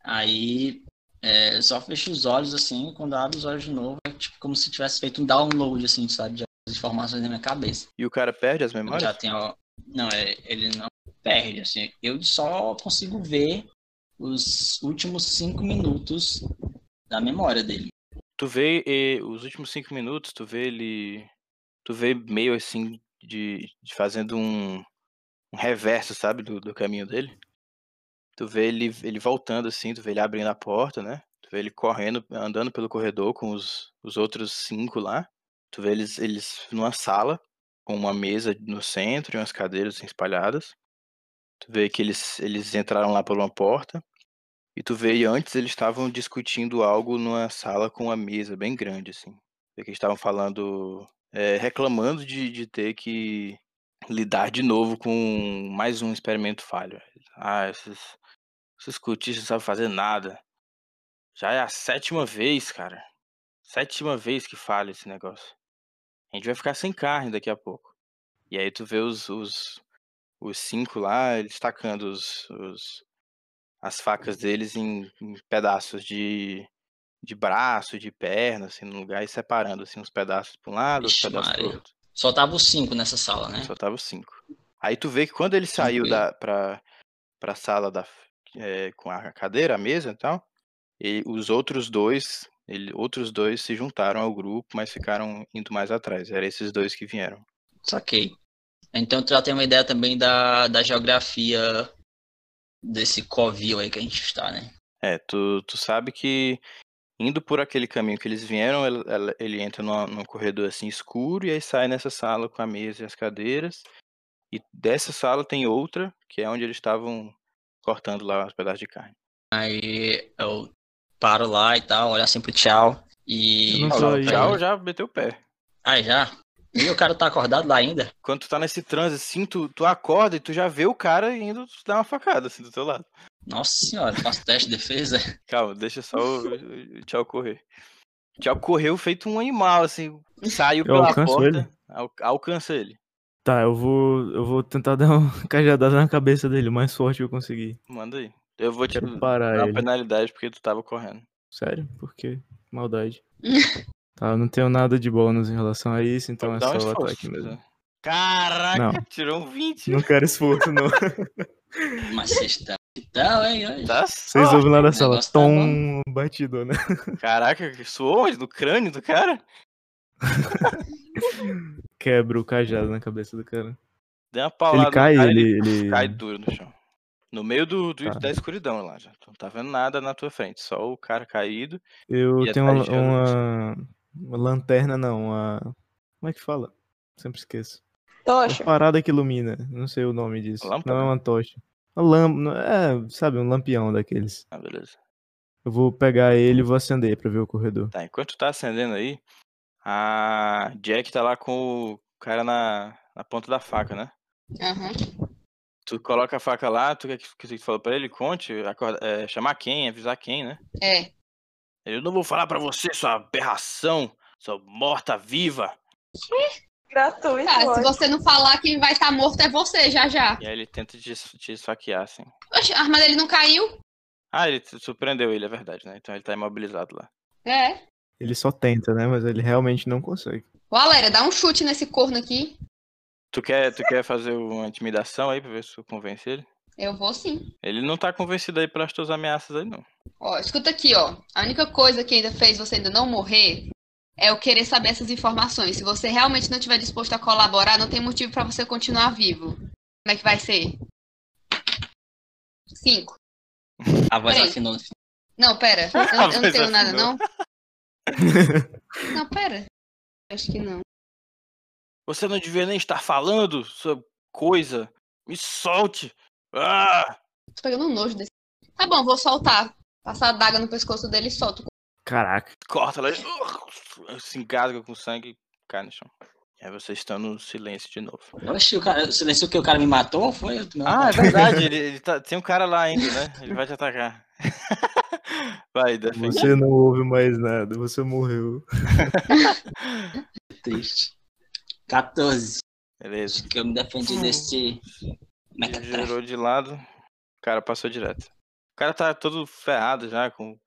Speaker 1: Aí, é, só fecho os olhos, assim, e quando abro os olhos de novo, é tipo como se tivesse feito um download, assim, sabe, de algumas informações na minha cabeça.
Speaker 3: E o cara perde as
Speaker 1: Eu
Speaker 3: memórias?
Speaker 1: já tenho. ó, Não, é, ele não perde, assim. Eu só consigo ver os últimos cinco minutos da memória dele.
Speaker 3: Tu vê eh, os últimos cinco minutos, tu vê ele. Tu vê meio assim de, de fazendo um, um reverso, sabe, do, do caminho dele. Tu vê ele, ele voltando assim, tu vê ele abrindo a porta, né? Tu vê ele correndo, andando pelo corredor com os, os outros cinco lá. Tu vê eles, eles numa sala, com uma mesa no centro e umas cadeiras assim, espalhadas. Tu vê que eles, eles entraram lá por uma porta. E tu vê, e antes eles estavam discutindo algo numa sala com uma mesa bem grande, assim. Vê que eles estavam falando, eh, reclamando de, de ter que lidar de novo com mais um experimento falho. Ah, esses, esses cultistas não sabem fazer nada. Já é a sétima vez, cara. Sétima vez que falha esse negócio. A gente vai ficar sem carne daqui a pouco. E aí tu vê os, os, os cinco lá, eles tacando os- os, as facas deles em, em pedaços de, de braço, de perna, assim, no lugar, e separando assim, uns pedaços para um lado, uns
Speaker 1: Vixe,
Speaker 3: pedaços para
Speaker 1: Maria.
Speaker 3: outro.
Speaker 1: Só tava os cinco nessa sala, né?
Speaker 3: Só tava os cinco. Aí tu vê que quando ele saiu
Speaker 1: Tranquilo.
Speaker 3: da, pra, pra sala da, f- eh, com a cadeira, a mesa e tal, e os outros dois, ele, outros dois se juntaram ao grupo, mas ficaram indo mais atrás. Eram esses dois que vieram.
Speaker 1: Saquei. Então tu já tem uma ideia também da, da geografia desse covil aí que a gente está, né?
Speaker 3: É, tu, tu sabe que indo por aquele caminho que eles vieram, ele, ela- ele entra numa- num corredor assim escuro e aí sai nessa sala com a mesa e as cadeiras. E dessa sala tem outra, que é onde eles estavam cortando lá os pedaços de carne.
Speaker 1: Aí eu paro lá e tal, olho assim pro tchau.
Speaker 5: Eu
Speaker 1: E.
Speaker 5: não
Speaker 3: Ah,
Speaker 5: sou
Speaker 3: lá,
Speaker 5: aí.
Speaker 3: tchau, já meteu o pé.
Speaker 1: Ah, já? E o cara tá acordado lá ainda?
Speaker 3: Quando tu tá nesse transe assim, tu, tu acorda e tu já vê o cara indo te dar uma facada assim do teu lado.
Speaker 1: Nossa senhora, faço teste de defesa.
Speaker 3: Calma, deixa só o, o- o Tchau correr. Tchau correu feito um animal, assim, saiu pela
Speaker 5: alcanço
Speaker 3: porta.
Speaker 5: ele?
Speaker 3: al- alcança ele.
Speaker 5: Tá, eu vou. Eu vou tentar dar uma cajadada na cabeça dele, o mais forte que eu conseguir.
Speaker 3: Manda aí. Eu vou te
Speaker 5: Quero
Speaker 3: dar
Speaker 5: parar
Speaker 3: uma
Speaker 5: ele.
Speaker 3: penalidade porque tu tava correndo.
Speaker 5: Sério? Por quê? Maldade. tá, eu não tenho nada de bônus em relação a isso, então é
Speaker 3: Dá um
Speaker 5: só o
Speaker 3: esforço,
Speaker 5: ataque
Speaker 3: se
Speaker 5: mesmo.
Speaker 3: quiser. Caraca,
Speaker 5: Não.
Speaker 3: tirou um 20.
Speaker 5: Não quero esforço, não.
Speaker 1: Mas vocês estão Não, hein, hoje.
Speaker 3: Tá?
Speaker 5: Vocês
Speaker 3: só.
Speaker 5: ouvem lá da sala,
Speaker 1: negócio tá
Speaker 5: tom batido, né?
Speaker 3: Caraca, que suou onde? No crânio do cara?
Speaker 5: Quebra o cajado na cabeça do cara.
Speaker 3: Deu uma paulada.
Speaker 5: ele
Speaker 3: no
Speaker 5: cai,
Speaker 3: cara,
Speaker 5: ele, ele-
Speaker 3: Cai duro no chão. No meio do, do-
Speaker 5: Tá.
Speaker 3: da escuridão lá já. Tu não tá vendo nada na tua frente, só o cara caído.
Speaker 5: Eu
Speaker 3: E é
Speaker 5: tenho uma,
Speaker 3: atrás de luz.
Speaker 5: uma- uma lanterna, não, uma... Como é que fala? Sempre esqueço. Uma
Speaker 4: Tocha.
Speaker 5: parada que ilumina, não sei o nome disso.
Speaker 3: Lâmpada?
Speaker 5: Não é uma tocha. Uma lâmpada, é, sabe, um lampião daqueles.
Speaker 3: Ah, beleza.
Speaker 5: Eu vou pegar ele e vou acender pra ver o corredor.
Speaker 3: Tá, enquanto tu tá acendendo aí, a Jack tá lá com o cara na, na ponta da faca, né?
Speaker 2: Aham.
Speaker 3: Tu coloca a faca lá, tu quer que, que tu falou pra ele? Conte, acorda- é, chamar quem, avisar quem, né?
Speaker 2: É.
Speaker 3: Eu não vou falar pra você, sua aberração, sua morta-viva.
Speaker 4: Gratuito.
Speaker 2: Cara, Tá, se
Speaker 4: lógico.
Speaker 2: você não falar, quem vai estar morto é você, já já.
Speaker 3: E aí ele tenta te, es- te esfaquear, assim.
Speaker 2: Oxe, a arma dele não caiu?
Speaker 3: Ah, ele te surpreendeu ele, é verdade, né? Então ele tá imobilizado lá.
Speaker 2: É.
Speaker 5: Ele só tenta, né? Mas ele realmente não consegue.
Speaker 2: Galera, dá um chute nesse corno aqui.
Speaker 3: Tu quer, tu quer fazer uma intimidação aí pra ver se tu convence ele?
Speaker 2: Eu vou sim.
Speaker 3: Ele não tá convencido aí pelas tuas ameaças aí, não.
Speaker 2: Ó, escuta aqui, ó. A única coisa que ainda fez você ainda não morrer é eu querer saber essas informações. Se você realmente não estiver disposto a colaborar, não tem motivo pra você continuar vivo. Como é que vai ser? Cinco.
Speaker 1: A voz assim
Speaker 2: Peraí.
Speaker 1: assinou.
Speaker 2: Não, pera. Eu, eu não
Speaker 3: Mas
Speaker 2: tenho nada,
Speaker 3: assinou.
Speaker 2: não? Não, pera. Acho que não.
Speaker 3: Você não devia nem estar falando, sua coisa. Me solte. Ah!
Speaker 2: Tô pegando um nojo desse. Tá bom, vou soltar. Passar a daga no pescoço dele e solto.
Speaker 5: Caraca.
Speaker 3: Corta ela. Se engasga com sangue e cai no chão. E aí vocês estão no silêncio de novo.
Speaker 1: Oxi, o cara, silenciou que o cara me matou? Foi?
Speaker 3: Ah, é verdade, ele, ele tá- tem um cara lá ainda, né? Ele vai te atacar. Vai, defende.
Speaker 5: Você não ouve mais nada, você morreu.
Speaker 1: triste. 14.
Speaker 3: Beleza.
Speaker 1: Acho que eu me defendi desse
Speaker 3: Ele
Speaker 1: mecatrash.
Speaker 3: girou de lado, o cara passou direto. O cara tá todo ferrado já, com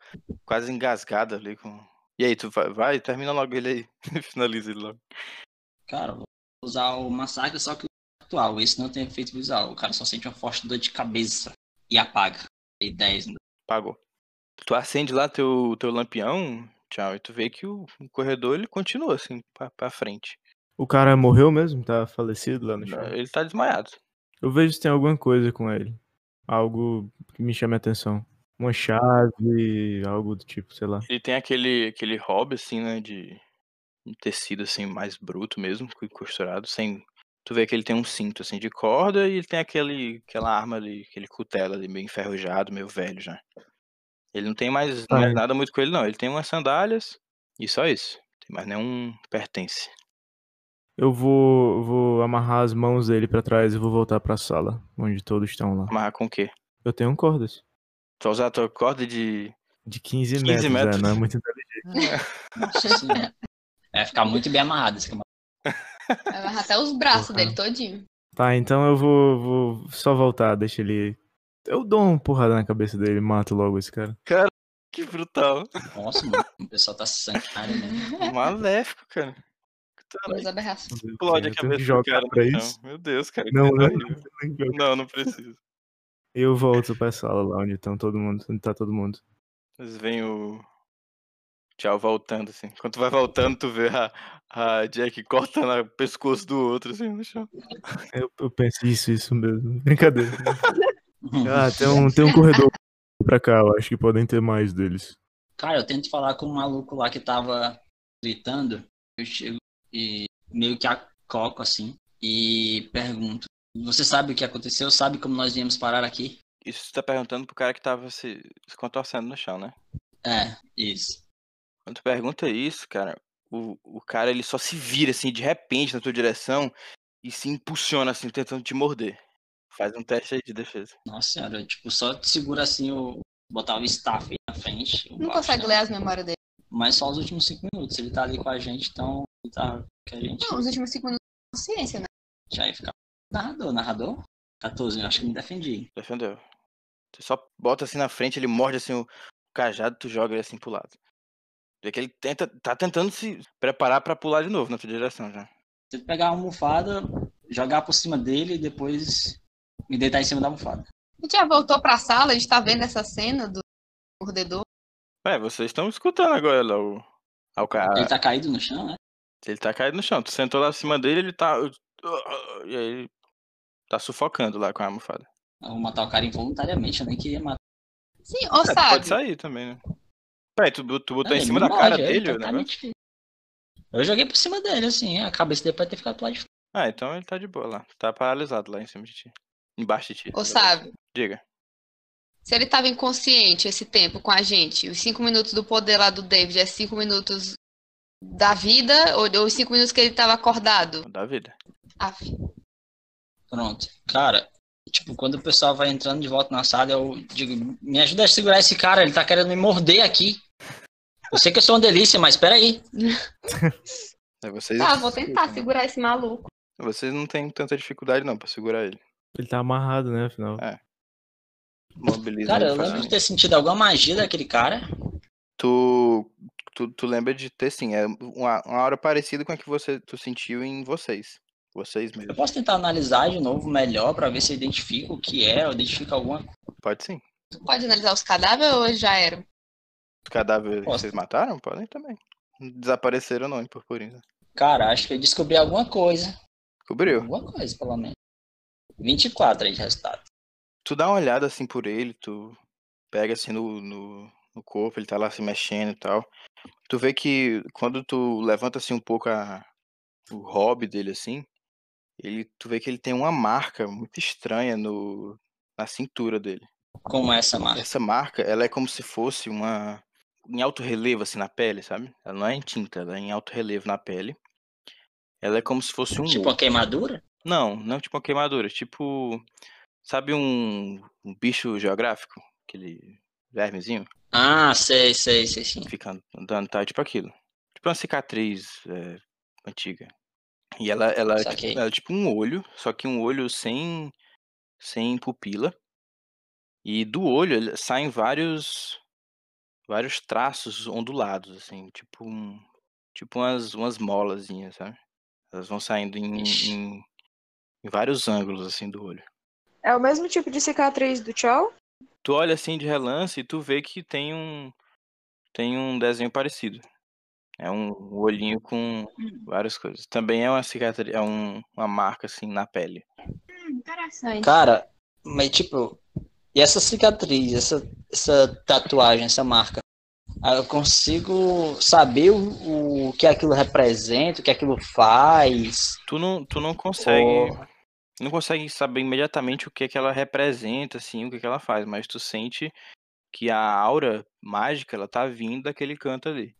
Speaker 3: quase engasgado ali. Com... E aí, tu vai, vai, termina logo ele aí. Finaliza ele logo.
Speaker 1: Cara, vou usar o massacre, só que o atual. Esse não tem efeito visual. O cara só sente uma forte dor de cabeça e apaga. E 10. né?
Speaker 3: Pagou. Tu acende lá teu, teu lampião, tchau, e tu vê que o, o corredor ele continua assim, pra, pra frente.
Speaker 5: O cara morreu mesmo? Tá falecido lá no chão?
Speaker 3: Ele tá desmaiado.
Speaker 5: Eu vejo se tem alguma coisa com ele. Algo que me chame a atenção. Uma chave, algo do tipo, sei lá.
Speaker 3: Ele tem aquele, aquele hobby, assim, né? De um tecido, assim, mais bruto mesmo, cu- costurado, sem. Tu vê que ele tem um cinto, assim, de corda e ele tem aquele, aquela arma ali, aquele cutelo ali, meio enferrujado, meio velho já. Ele não tem mais,
Speaker 5: Tá.
Speaker 3: mais nada muito com ele, não. Ele tem umas sandálias e só isso. Não tem mais nenhum pertence.
Speaker 5: Eu vou, vou amarrar as mãos dele pra trás e vou voltar pra sala, onde todos estão lá.
Speaker 3: Amarrar com o quê?
Speaker 5: Eu tenho um cordas.
Speaker 3: Tu vai usar a tua corda de.
Speaker 5: De 15,
Speaker 3: 15
Speaker 5: metros, né?
Speaker 3: metros.
Speaker 5: não é muito inteligente.
Speaker 1: Nossa senhora. Vai ficar muito bem amarrado esse camarada.
Speaker 2: Vai amarrar até os braços
Speaker 5: Porra.
Speaker 2: dele todinho.
Speaker 5: Tá, então eu vou, vou só voltar, deixa ele. Eu dou uma porrada na cabeça dele e mato logo esse cara.
Speaker 3: Que brutal.
Speaker 1: Nossa, mano. O pessoal tá sanguinário, né?
Speaker 3: Maléfico, cara. Caralho,
Speaker 2: Duas aberrações.
Speaker 3: Explode a
Speaker 5: é, Eu tenho que
Speaker 3: cabeça do
Speaker 5: jogar
Speaker 3: cara.
Speaker 5: pra
Speaker 3: no chão.
Speaker 5: isso.
Speaker 3: Meu Deus, cara. que
Speaker 5: Não,
Speaker 3: coisa
Speaker 5: né?
Speaker 3: horrível. Não, não precisa.
Speaker 5: Eu volto pra sala lá onde estão todo mundo, onde tá todo mundo.
Speaker 3: Mas vem o. Tchau, voltando, assim. Quando tu vai voltando, tu vê a, a Jack cortando o pescoço do outro, assim, no chão.
Speaker 5: Eu, eu penso, isso, isso mesmo. Brincadeira. Ah, tem um, tem um corredor pra cá, eu acho que podem ter mais deles.
Speaker 1: Cara, eu tento falar com o maluco lá que tava gritando. Eu chego e meio que acoco assim e pergunto: Você sabe o que aconteceu? Sabe como nós viemos parar aqui?
Speaker 3: Isso tu tá perguntando pro cara que tava se, se contorcendo no chão, né?
Speaker 1: É, isso.
Speaker 3: Quando tu pergunta isso, cara, o, o cara ele só se vira, assim, de repente na tua direção e se impulsiona, assim, tentando te morder. Faz um teste aí de defesa.
Speaker 1: Nossa senhora, eu, tipo, só segura assim o. Botar o staff aí na frente. o
Speaker 2: Não
Speaker 1: baixo,
Speaker 2: consegue
Speaker 1: né?
Speaker 2: ler as memórias dele.
Speaker 1: Mas só os últimos cinco minutos. Ele tá ali com a gente, então ele tá que a gente
Speaker 2: Não, os últimos cinco minutos de consciência, né?
Speaker 1: já ia ficar. Narrador, narrador? 14, eu acho que me defendi.
Speaker 3: Defendeu. Tu só bota assim na frente, ele morde assim o cajado, tu joga ele assim pro lado. Vê que ele tenta, tá tentando se preparar pra pular de novo na tua direção já.
Speaker 1: Tento pegar a almofada, jogar por cima dele e depois me deitar em cima da almofada.
Speaker 2: A gente já voltou pra sala, a gente tá vendo essa cena do mordedor.
Speaker 3: Ué, É, vocês estão escutando agora lá o. Ao cara.
Speaker 1: Ele tá caído no chão, né?
Speaker 3: Ele tá caído no chão. Tu sentou lá em cima dele, ele tá. E aí ele tá sufocando lá com a almofada.
Speaker 1: Eu vou matar o cara involuntariamente, eu nem queria matar.
Speaker 2: Sim, ou
Speaker 3: É, tu
Speaker 2: sabe?
Speaker 3: pode sair também, né? Peraí, tu, tu botou em
Speaker 1: Ele
Speaker 3: cima
Speaker 1: me
Speaker 3: da cara
Speaker 1: morde, ele
Speaker 3: dele o
Speaker 1: tá
Speaker 3: negócio?
Speaker 1: claramente- Eu joguei por cima dele, assim, a cabeça dele pode ter ficado lá de fora.
Speaker 3: Ah, então ele tá de boa lá. Tá paralisado lá em cima de ti. Embaixo de ti.
Speaker 2: Ou sabe?
Speaker 3: Diga.
Speaker 2: Se ele tava inconsciente esse tempo com a gente, os cinco minutos do poder lá do David é cinco minutos da vida, ou, ou os cinco minutos que ele tava acordado? Ah,
Speaker 3: Da vida.
Speaker 2: Aff.
Speaker 1: Pronto. Cara, tipo, quando o pessoal vai entrando de volta na sala, eu digo, me ajuda a segurar esse cara, ele tá querendo me morder aqui. Eu sei que eu sou uma delícia, mas peraí.
Speaker 3: Aí vocês.
Speaker 2: Tá, vou tentar segurar esse maluco.
Speaker 3: Vocês não tem tanta dificuldade não pra segurar ele.
Speaker 5: Ele tá amarrado, né? Afinal.
Speaker 3: Mobiliza
Speaker 1: Cara,
Speaker 3: ele
Speaker 1: eu lembro de
Speaker 3: facilmente.
Speaker 1: ter sentido alguma magia daquele cara.
Speaker 3: Tu, tu, tu lembra de ter, sim, é uma, uma hora parecida com a que você, tu sentiu em vocês. Vocês
Speaker 1: Eu
Speaker 3: mesmos.
Speaker 1: posso tentar analisar de novo melhor pra ver se eu identifico o que é, eu identifico alguma coisa.
Speaker 3: Pode sim.
Speaker 2: Tu pode analisar os cadáveres ou já era?
Speaker 3: Os cadáveres que
Speaker 1: Posso.
Speaker 3: vocês mataram? Podem também. Desapareceram não em purpurina.
Speaker 1: Cara, acho que eu descobri alguma coisa.
Speaker 3: Cobriu.
Speaker 1: Alguma coisa, pelo menos. 24 aí de resultado.
Speaker 3: Tu dá uma olhada assim por ele, tu pega assim no, no, no corpo, ele tá lá se mexendo e tal. Tu vê que quando tu levanta assim um pouco a, o hobby dele assim, ele, tu vê que ele tem uma marca muito estranha no, na cintura dele.
Speaker 1: Como é essa marca?
Speaker 3: Essa marca, ela é como se fosse uma em alto relevo assim na pele, sabe? Ela não é em tinta, ela é em alto relevo na pele. Ela é como se fosse um
Speaker 1: Tipo uma queimadura?
Speaker 3: não, não tipo uma queimadura, tipo. Sabe um, um bicho geográfico? Aquele vermezinho
Speaker 1: Ah, sei, sei, sei sim.
Speaker 3: que fica an- andando, tá? Tipo aquilo. Tipo uma cicatriz é, antiga. E ela, ela, é
Speaker 1: Saquei.
Speaker 3: tipo, ela é tipo um olho, só que um olho sem, sem pupila. E do olho ele- saem vários vários traços ondulados, assim, tipo um, tipo umas, umas molazinhas, sabe? Elas vão saindo em,
Speaker 1: Ixi.
Speaker 3: em, em vários ângulos, assim, do olho.
Speaker 4: É o mesmo tipo de cicatriz do tchau?
Speaker 3: Tu olha assim de relance e tu vê que tem um tem um desenho parecido. É um olhinho com várias coisas. Também é uma cicatriz, é um- uma marca assim na pele.
Speaker 2: Interessante.
Speaker 1: Cara, mas tipo, e essa cicatriz, essa, essa tatuagem, essa marca? Ah, Eu consigo saber o, o que aquilo representa, o que aquilo faz.
Speaker 3: Tu não, tu não consegue,
Speaker 1: Ou-
Speaker 3: não consegue saber imediatamente o que é que ela representa assim, o que é que ela faz, mas tu sente que a aura mágica ela tá vindo daquele canto ali.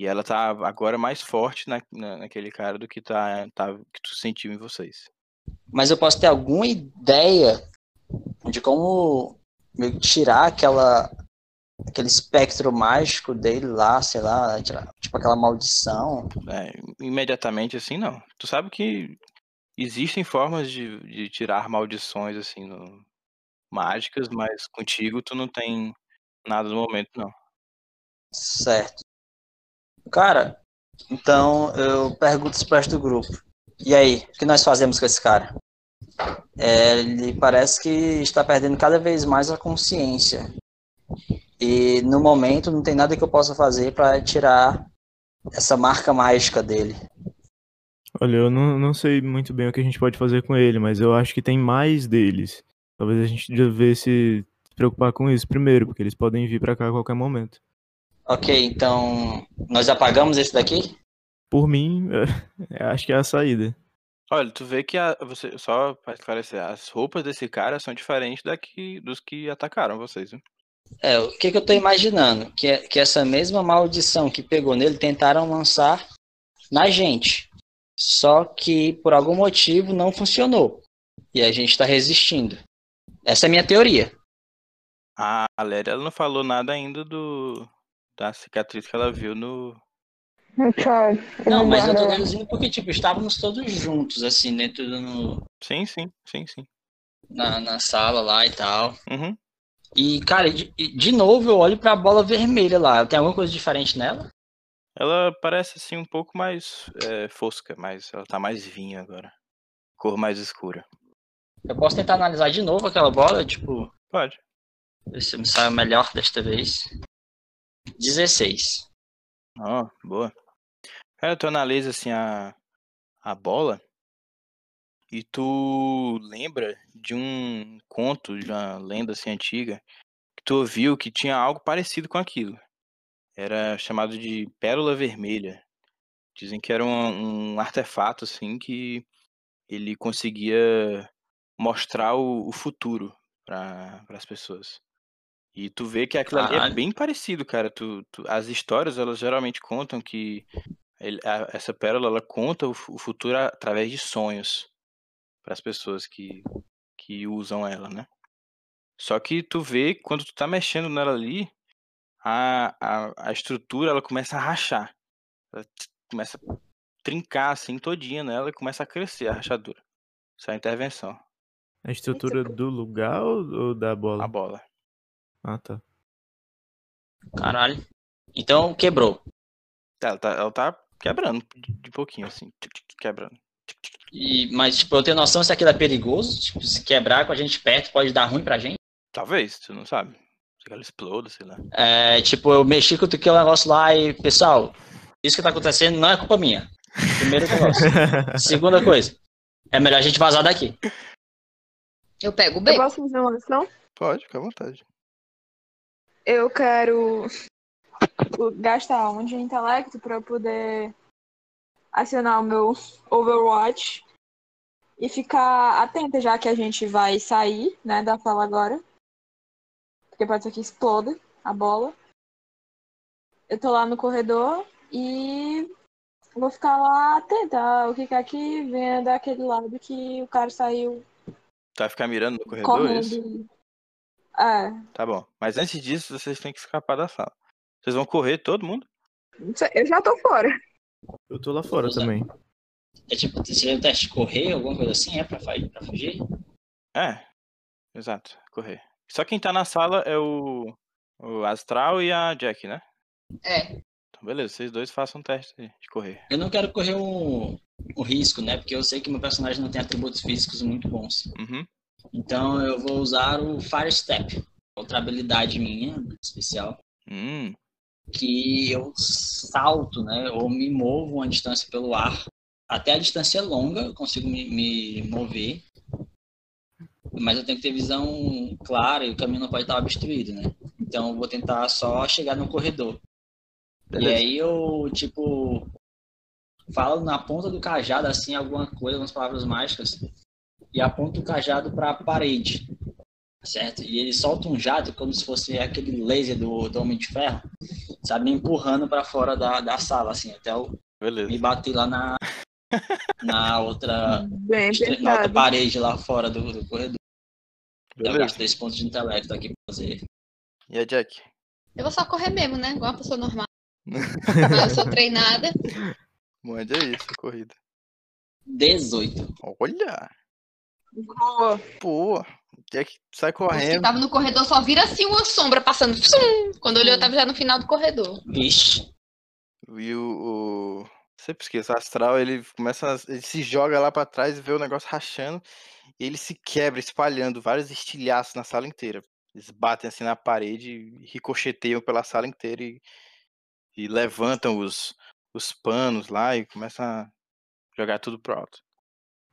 Speaker 3: E ela tá agora mais forte na, na- naquele cara do que tá, tá que tu sentiu em vocês.
Speaker 1: Mas eu posso ter alguma ideia de como meio que tirar aquela, aquele espectro mágico dele lá, sei lá, tirar, tipo aquela maldição.
Speaker 3: né, imediatamente assim, não. Tu sabe que existem formas de, de tirar maldições, assim, no- mágicas, mas contigo tu não tem nada no momento, não.
Speaker 1: Certo. Cara, então eu pergunto isso para do grupo. E aí, o que nós fazemos com esse cara? É, ele parece que está perdendo cada vez mais a consciência. E no momento não tem nada que eu possa fazer para tirar essa marca mágica dele.
Speaker 5: Olha, eu não, não sei muito bem o que a gente pode fazer com ele, mas eu acho que tem mais deles. Talvez a gente devesse se preocupar com isso primeiro, porque eles podem vir pra cá a qualquer momento.
Speaker 1: Ok, então nós apagamos esse daqui?
Speaker 5: Por mim, eu acho que é a saída.
Speaker 3: Olha, tu vê que a, você, só pra esclarecer, as roupas desse cara são diferentes da que, dos que atacaram vocês, viu?
Speaker 1: É, o que, que eu tô imaginando? Que, é- que essa mesma maldição que pegou nele tentaram lançar na gente. Só que por algum motivo não funcionou. E a gente tá resistindo. Essa é a minha teoria.
Speaker 3: A Valéria, ela não falou nada ainda do da cicatriz que ela viu no...
Speaker 4: No tchau.
Speaker 1: Não, mas eu tô deduzindo porque, tipo, estávamos todos juntos, assim, dentro do. no-
Speaker 3: Sim, sim, sim, sim.
Speaker 1: na, na sala lá e tal.
Speaker 3: Uhum.
Speaker 1: E, cara, de, e de novo eu olho pra bola vermelha lá. Tem alguma coisa diferente nela?
Speaker 3: Ela parece assim um pouco mais eh, fosca, mas ela tá mais vinha agora. Cor mais escura.
Speaker 1: Eu posso tentar analisar de novo aquela bola, tipo,
Speaker 3: Pode.
Speaker 1: Ver se me sai o melhor desta vez. 16.
Speaker 3: Ó, boa. Cara, tu analisa assim a, a bola e tu lembra de um conto, de uma lenda assim antiga, que tu ouviu que tinha algo parecido com aquilo. Era chamado de Pérola Vermelha. Dizem que era um, um artefato assim que ele conseguia mostrar o, o futuro para as pessoas. E tu vê que aquilo ali é
Speaker 1: Caralho.
Speaker 3: bem parecido, cara. Tu, tu- as histórias, elas geralmente contam que ele- a- essa pérola, ela conta o, fu- o futuro a- através de sonhos para as pessoas que, que usam ela, né? Só que tu vê, quando tu tá mexendo nela ali, a, a, a estrutura, ela começa a rachar. Ela t- começa a trincar, assim, todinha nela e começa a crescer a rachadura. Isso é a intervenção,
Speaker 5: A estrutura do lugar ou ou da bola?
Speaker 3: a bola.
Speaker 5: Ah, tá.
Speaker 1: Caralho. Então quebrou.
Speaker 3: Ela tá, ela tá quebrando de de pouquinho, assim, tic, tic, tic, quebrando.
Speaker 1: E, mas, tipo, eu tenho noção se aquilo é perigoso. Tipo, se quebrar com a gente perto pode dar ruim pra gente.
Speaker 3: Talvez, tu não sabe. Se ela exploda, sei lá.
Speaker 1: É, tipo, eu mexi com o que é um negócio lá e, pessoal, isso que tá acontecendo não é culpa minha. Primeiro negócio. Segunda coisa, é melhor a gente vazar daqui.
Speaker 2: Eu pego o
Speaker 4: Eu
Speaker 2: beco.
Speaker 4: posso fazer uma ação?
Speaker 3: Pode, fica à vontade.
Speaker 4: Eu quero gastar um de intelecto pra eu poder acionar o meu Overwatch e ficar atenta, já que a gente vai sair, né, da sala agora. Porque pode ser que exploda a bola. Eu tô lá no corredor e vou ficar lá atenta ao que quer que venha daquele lado que o cara saiu
Speaker 3: Tu vai ficar Tá, mirando no corredor, é isso?
Speaker 4: correndo. É,
Speaker 3: Tá bom. Mas antes disso, vocês têm que escapar da sala. Vocês vão correr todo mundo?
Speaker 4: não sei, eu já tô fora.
Speaker 5: Eu tô lá fora
Speaker 1: Usar.
Speaker 5: também.
Speaker 1: É tipo, seria um teste de correr, alguma coisa assim, é pra, fa- pra fugir?
Speaker 3: É. Exato, correr. Só quem tá na sala é o, o Astral e a Jack, né?
Speaker 2: É.
Speaker 3: Então, beleza, vocês dois façam um teste aí de correr.
Speaker 1: Eu não quero correr um, um risco, né? Porque eu sei que meu personagem não tem atributos físicos muito bons.
Speaker 3: Uhum.
Speaker 1: Então eu vou usar o Fire Step, outra habilidade minha, né, especial,
Speaker 3: Hum,
Speaker 1: que eu salto, né? Ou me movo uma distância pelo ar. Até a distância é longa, eu consigo me, me mover. Mas eu tenho que ter visão clara e o caminho não pode estar obstruído, né? Então eu vou tentar só chegar no corredor. E
Speaker 3: beleza.
Speaker 1: aí eu, tipo, falo na ponta do cajado, assim, alguma coisa, umas palavras mágicas, e aponto o cajado pra parede, certo? E ele solta um jato, como se fosse aquele laser do, do Homem de Ferro, sabe? Me empurrando pra fora da, da sala, assim, até eu
Speaker 3: Beleza.
Speaker 1: me bater lá na, na outra...
Speaker 4: Bem
Speaker 1: Na outra
Speaker 4: pensado.
Speaker 1: parede lá fora do, do corredor. Eu
Speaker 3: Beleza.
Speaker 1: gasto dois pontos de intelecto aqui pra fazer.
Speaker 3: E a Jack?
Speaker 2: Eu vou só correr mesmo, né? Igual uma pessoa normal. Mas eu sou treinada.
Speaker 3: Mande aí essa corrida.
Speaker 1: 18.
Speaker 3: Olha!
Speaker 4: Boa.
Speaker 3: Pô! Jack sai
Speaker 2: Os que
Speaker 3: correndo.
Speaker 2: tava no corredor só vira assim uma sombra passando. Psum! Quando olhou, eu tava já no final do corredor.
Speaker 1: Vixe.
Speaker 3: E o. o... Sempre esqueço, o astral ele começa. a- Ele se joga lá pra trás e vê o negócio rachando. E ele se quebra, espalhando vários estilhaços na sala inteira. Eles batem assim na parede, e ricocheteiam pela sala inteira e, e levantam os, os panos lá e começam a jogar tudo pro alto.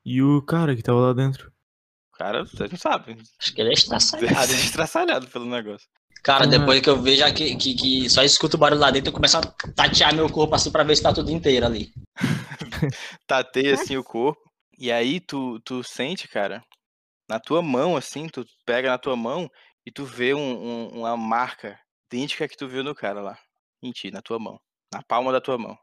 Speaker 5: E o cara que tava lá dentro?
Speaker 3: O cara, vocês não sabem.
Speaker 1: Acho que ele é estraçalhado, hein?
Speaker 3: Estraçalhado pelo negócio.
Speaker 1: Cara,
Speaker 5: Ah.
Speaker 1: depois que eu vejo aqui, que, que só escuto o barulho lá dentro, eu começo a tatear meu corpo assim pra ver se tá tudo inteiro ali.
Speaker 3: tateia assim o corpo. E aí tu, tu sente, cara, na tua mão, assim, tu pega na tua mão e tu vê um- um- uma marca idêntica que tu viu no cara lá. Em ti, na tua mão. Na palma da tua mão.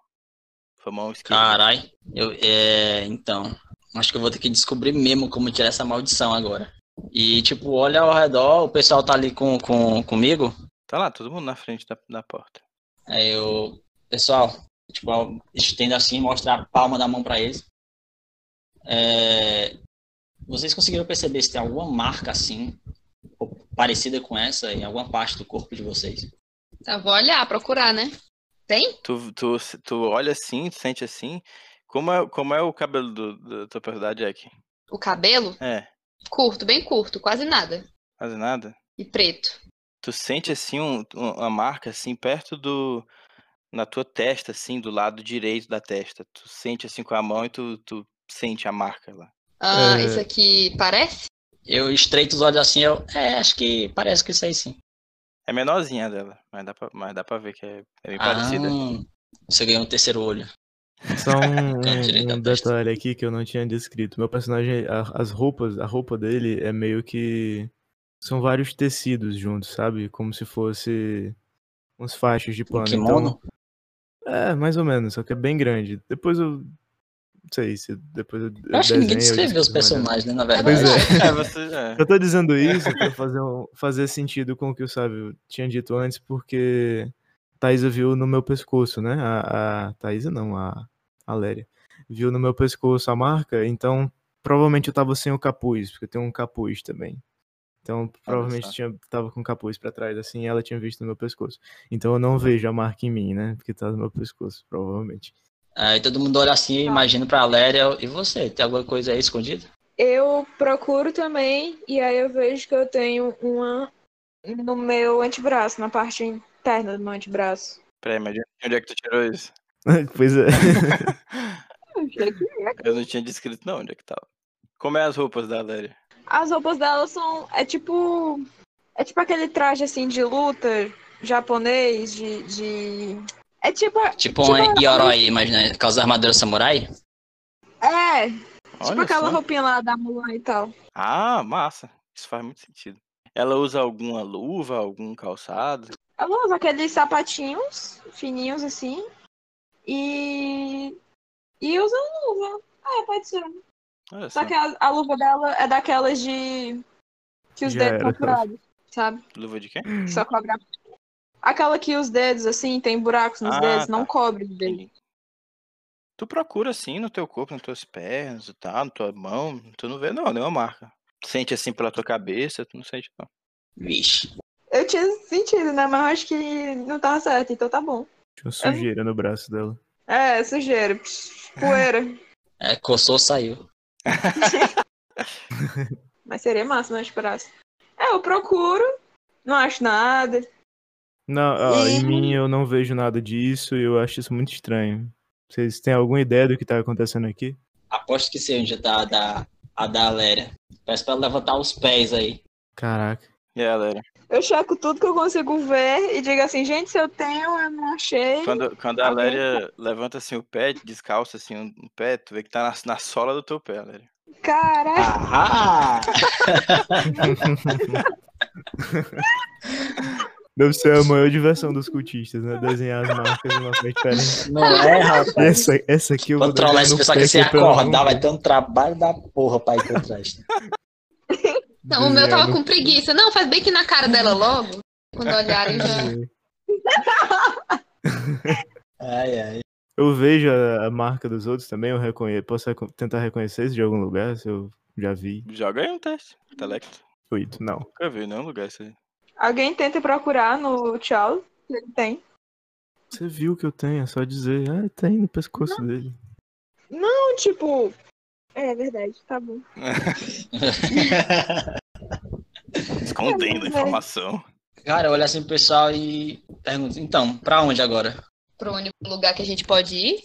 Speaker 3: Tua mão esquerda.
Speaker 1: Carai, eu, é, então, acho que eu vou ter que descobrir mesmo como tirar essa maldição agora. E, tipo, olha ao redor, o pessoal tá ali com, com, comigo,
Speaker 3: Tá lá, todo mundo na frente da, da porta.
Speaker 1: aí eu, pessoal, tipo, eu estendo assim, mostrar a palma da mão pra eles. É, vocês conseguiram perceber se tem alguma marca assim, ou parecida com essa, em alguma parte do corpo de vocês?
Speaker 2: Tá, vou olhar, procurar, né?
Speaker 3: Tu, tu, se- tu olha assim, tu sente assim. Como é, como é o cabelo do, do teu personagem, Jack?
Speaker 2: O cabelo,
Speaker 3: É,
Speaker 2: curto, bem curto, quase nada.
Speaker 3: quase nada.
Speaker 2: E preto.
Speaker 3: Tu sente assim um- um- uma marca assim perto do na tua testa assim, do lado direito da testa. Tu sente assim com a mão e tu, tu sente a marca lá.
Speaker 2: Ah,
Speaker 5: É.
Speaker 2: isso aqui parece?
Speaker 1: Eu estreito os olhos assim, eu. É, acho que parece que isso aí sim.
Speaker 3: É menorzinha dela, mas dá pra, mas dá pra ver que é, é bem parecida.
Speaker 1: Ah, você ganhou um terceiro olho.
Speaker 5: Só um,
Speaker 1: Canto direito
Speaker 5: um
Speaker 1: da testa.
Speaker 5: detalhe aqui que eu não tinha descrito. Meu personagem, a- as roupas, a roupa dele é meio que. São vários tecidos juntos, sabe? Como se fosse uns faixas de
Speaker 1: Um
Speaker 5: pano.
Speaker 1: kimono?
Speaker 5: Então, é, mais ou menos, só que é bem grande. Depois eu. Não sei se depois eu.
Speaker 1: Eu acho que ninguém
Speaker 5: desenho, eu
Speaker 1: descreveu os
Speaker 5: descrevo mais ou menos.
Speaker 1: personagens, né? Na verdade.
Speaker 4: Ah.
Speaker 2: Pois é.
Speaker 3: É, você, é.
Speaker 5: Eu tô dizendo isso pra fazer, um- fazer sentido com o que o Sábio tinha dito antes, porque Thaisa viu no meu pescoço, né? A, a Thaisa não, a, a Léria. Viu no meu pescoço a marca, então provavelmente eu tava sem o capuz, porque eu tenho um capuz também. Então provavelmente
Speaker 3: só.
Speaker 5: tinha, tava com o capuz pra trás, assim, e ela tinha visto no meu pescoço. Então eu não vejo a marca em mim, né? Porque tá no meu pescoço, provavelmente.
Speaker 1: Aí todo mundo olha assim, imagina pra Léria. E você? Tem alguma coisa aí escondida?
Speaker 4: Eu procuro também, e aí eu vejo que eu tenho uma no meu antebraço, na parte interna do meu antebraço.
Speaker 3: Peraí, mas de onde é que tu tirou isso?
Speaker 5: pois é.
Speaker 3: Eu não tinha descrito não onde é que tava. Como é as roupas da Léria?
Speaker 4: As roupas dela são. É tipo. É tipo aquele traje assim de luta japonês, de. de... É tipo.
Speaker 1: Tipo um Yoroi, imagina, aquelas armaduras samurai?
Speaker 4: É, tipo
Speaker 3: Olha
Speaker 4: aquela
Speaker 3: só.
Speaker 4: roupinha lá da Mulan e tal.
Speaker 3: Ah, massa. Isso faz muito sentido. Ela usa alguma luva, algum calçado?
Speaker 4: Ela usa aqueles sapatinhos fininhos assim. E. E usa luva. É, pode ser.
Speaker 3: Olha só.
Speaker 4: Só que a, a luva dela é daquelas de. Que os
Speaker 5: Já
Speaker 4: dedos
Speaker 5: era,
Speaker 4: são
Speaker 5: aquela-
Speaker 4: furados, sabe?
Speaker 3: Luva de quem?
Speaker 4: Que só cobre a... Aquela que os dedos, assim, tem buracos nos
Speaker 3: Ah,
Speaker 4: dedos,
Speaker 3: tá.
Speaker 4: não cobre os dedos.
Speaker 3: Entendi. Tu procura assim no teu corpo, nas tuas pernas e tal, na tua mão. Tu não vê, não, nenhuma marca. Sente assim pela tua cabeça, tu não sente, não.
Speaker 1: Vixe.
Speaker 4: Eu tinha sentido, né? Mas eu acho que não tava certo, então tá bom.
Speaker 5: Tinha uma sujeira no braço dela.
Speaker 4: É, sujeira, pss, poeira.
Speaker 1: É, coçou, saiu.
Speaker 4: Mas seria massa, não esperasse. É, eu procuro, não acho nada.
Speaker 5: Não, ó, em
Speaker 4: E-
Speaker 5: mim eu não vejo nada disso e eu acho isso muito estranho. Vocês têm alguma ideia do que tá acontecendo aqui?
Speaker 1: Aposto que seja da, da, a da Léria. Peço pra ela levantar os pés aí.
Speaker 5: Caraca.
Speaker 3: E aí, Léria?
Speaker 4: Eu checo tudo que eu consigo ver e digo assim, gente, se eu tenho, eu não achei.
Speaker 1: um
Speaker 3: Quando, quando a
Speaker 4: Alguém-
Speaker 3: Léria levanta assim o pé, descalça assim um um pé, tu vê que tá na, na sola do teu pé, Léria.
Speaker 4: Caraca,
Speaker 1: Ah!
Speaker 5: Deve ser a maior diversão dos cultistas, né? Desenhar as marcas na frente da gente.
Speaker 1: Não é, rapaz.
Speaker 5: Essa, essa aqui eu vou
Speaker 1: Controlar
Speaker 5: deixar
Speaker 1: esse
Speaker 5: no
Speaker 1: pessoal
Speaker 5: pé
Speaker 1: que se
Speaker 5: é pra não
Speaker 1: acordar, vai
Speaker 5: ver.
Speaker 1: ter um trabalho da porra pra ir pra trás.
Speaker 2: Então, o meu
Speaker 5: Desenhar
Speaker 2: tava
Speaker 5: no
Speaker 2: com preguiça. Não, faz bem que na cara dela logo. Quando olharem já.
Speaker 5: pé.
Speaker 1: Ai, ai.
Speaker 5: Eu vejo a, a marca dos outros também, eu reconheço. Posso recon- tentar reconhecer isso de algum lugar, se eu já vi.
Speaker 3: Joga aí um teste. Intelecto.
Speaker 5: Oito, não.
Speaker 3: Nunca vi em nenhum lugar isso aí.
Speaker 4: alguém tenta procurar no tchau. Ele tem.
Speaker 5: Você viu que eu tenho, é só dizer. Ah, tem no pescoço dele.
Speaker 4: Então, tipo. É verdade, tá bom.
Speaker 3: Escondendo a informação.
Speaker 1: Cara, eu olho assim pro pessoal e pergunto, então, pra onde agora?
Speaker 2: Pro único lugar que a gente pode ir.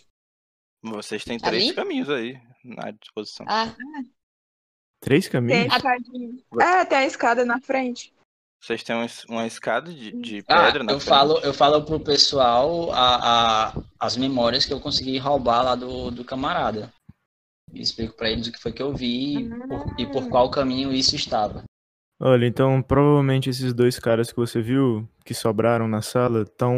Speaker 3: Vocês têm
Speaker 1: Tá
Speaker 3: três
Speaker 2: Ali?
Speaker 3: caminhos aí à disposição.
Speaker 2: Ah,
Speaker 5: Três
Speaker 4: Tem
Speaker 5: caminhos?
Speaker 4: a escadinha. É, tem a escada na frente.
Speaker 3: Vocês têm uma, es- uma escada de, de
Speaker 1: Ah,
Speaker 3: pedra na
Speaker 1: eu
Speaker 3: frente.
Speaker 1: falo, eu falo pro pessoal a, a- as memórias que eu consegui roubar lá do, do camarada. E explico pra eles o que foi que eu vi e por- e por qual caminho isso estava.
Speaker 5: Olha, então provavelmente esses dois caras que você viu, que sobraram na sala, estão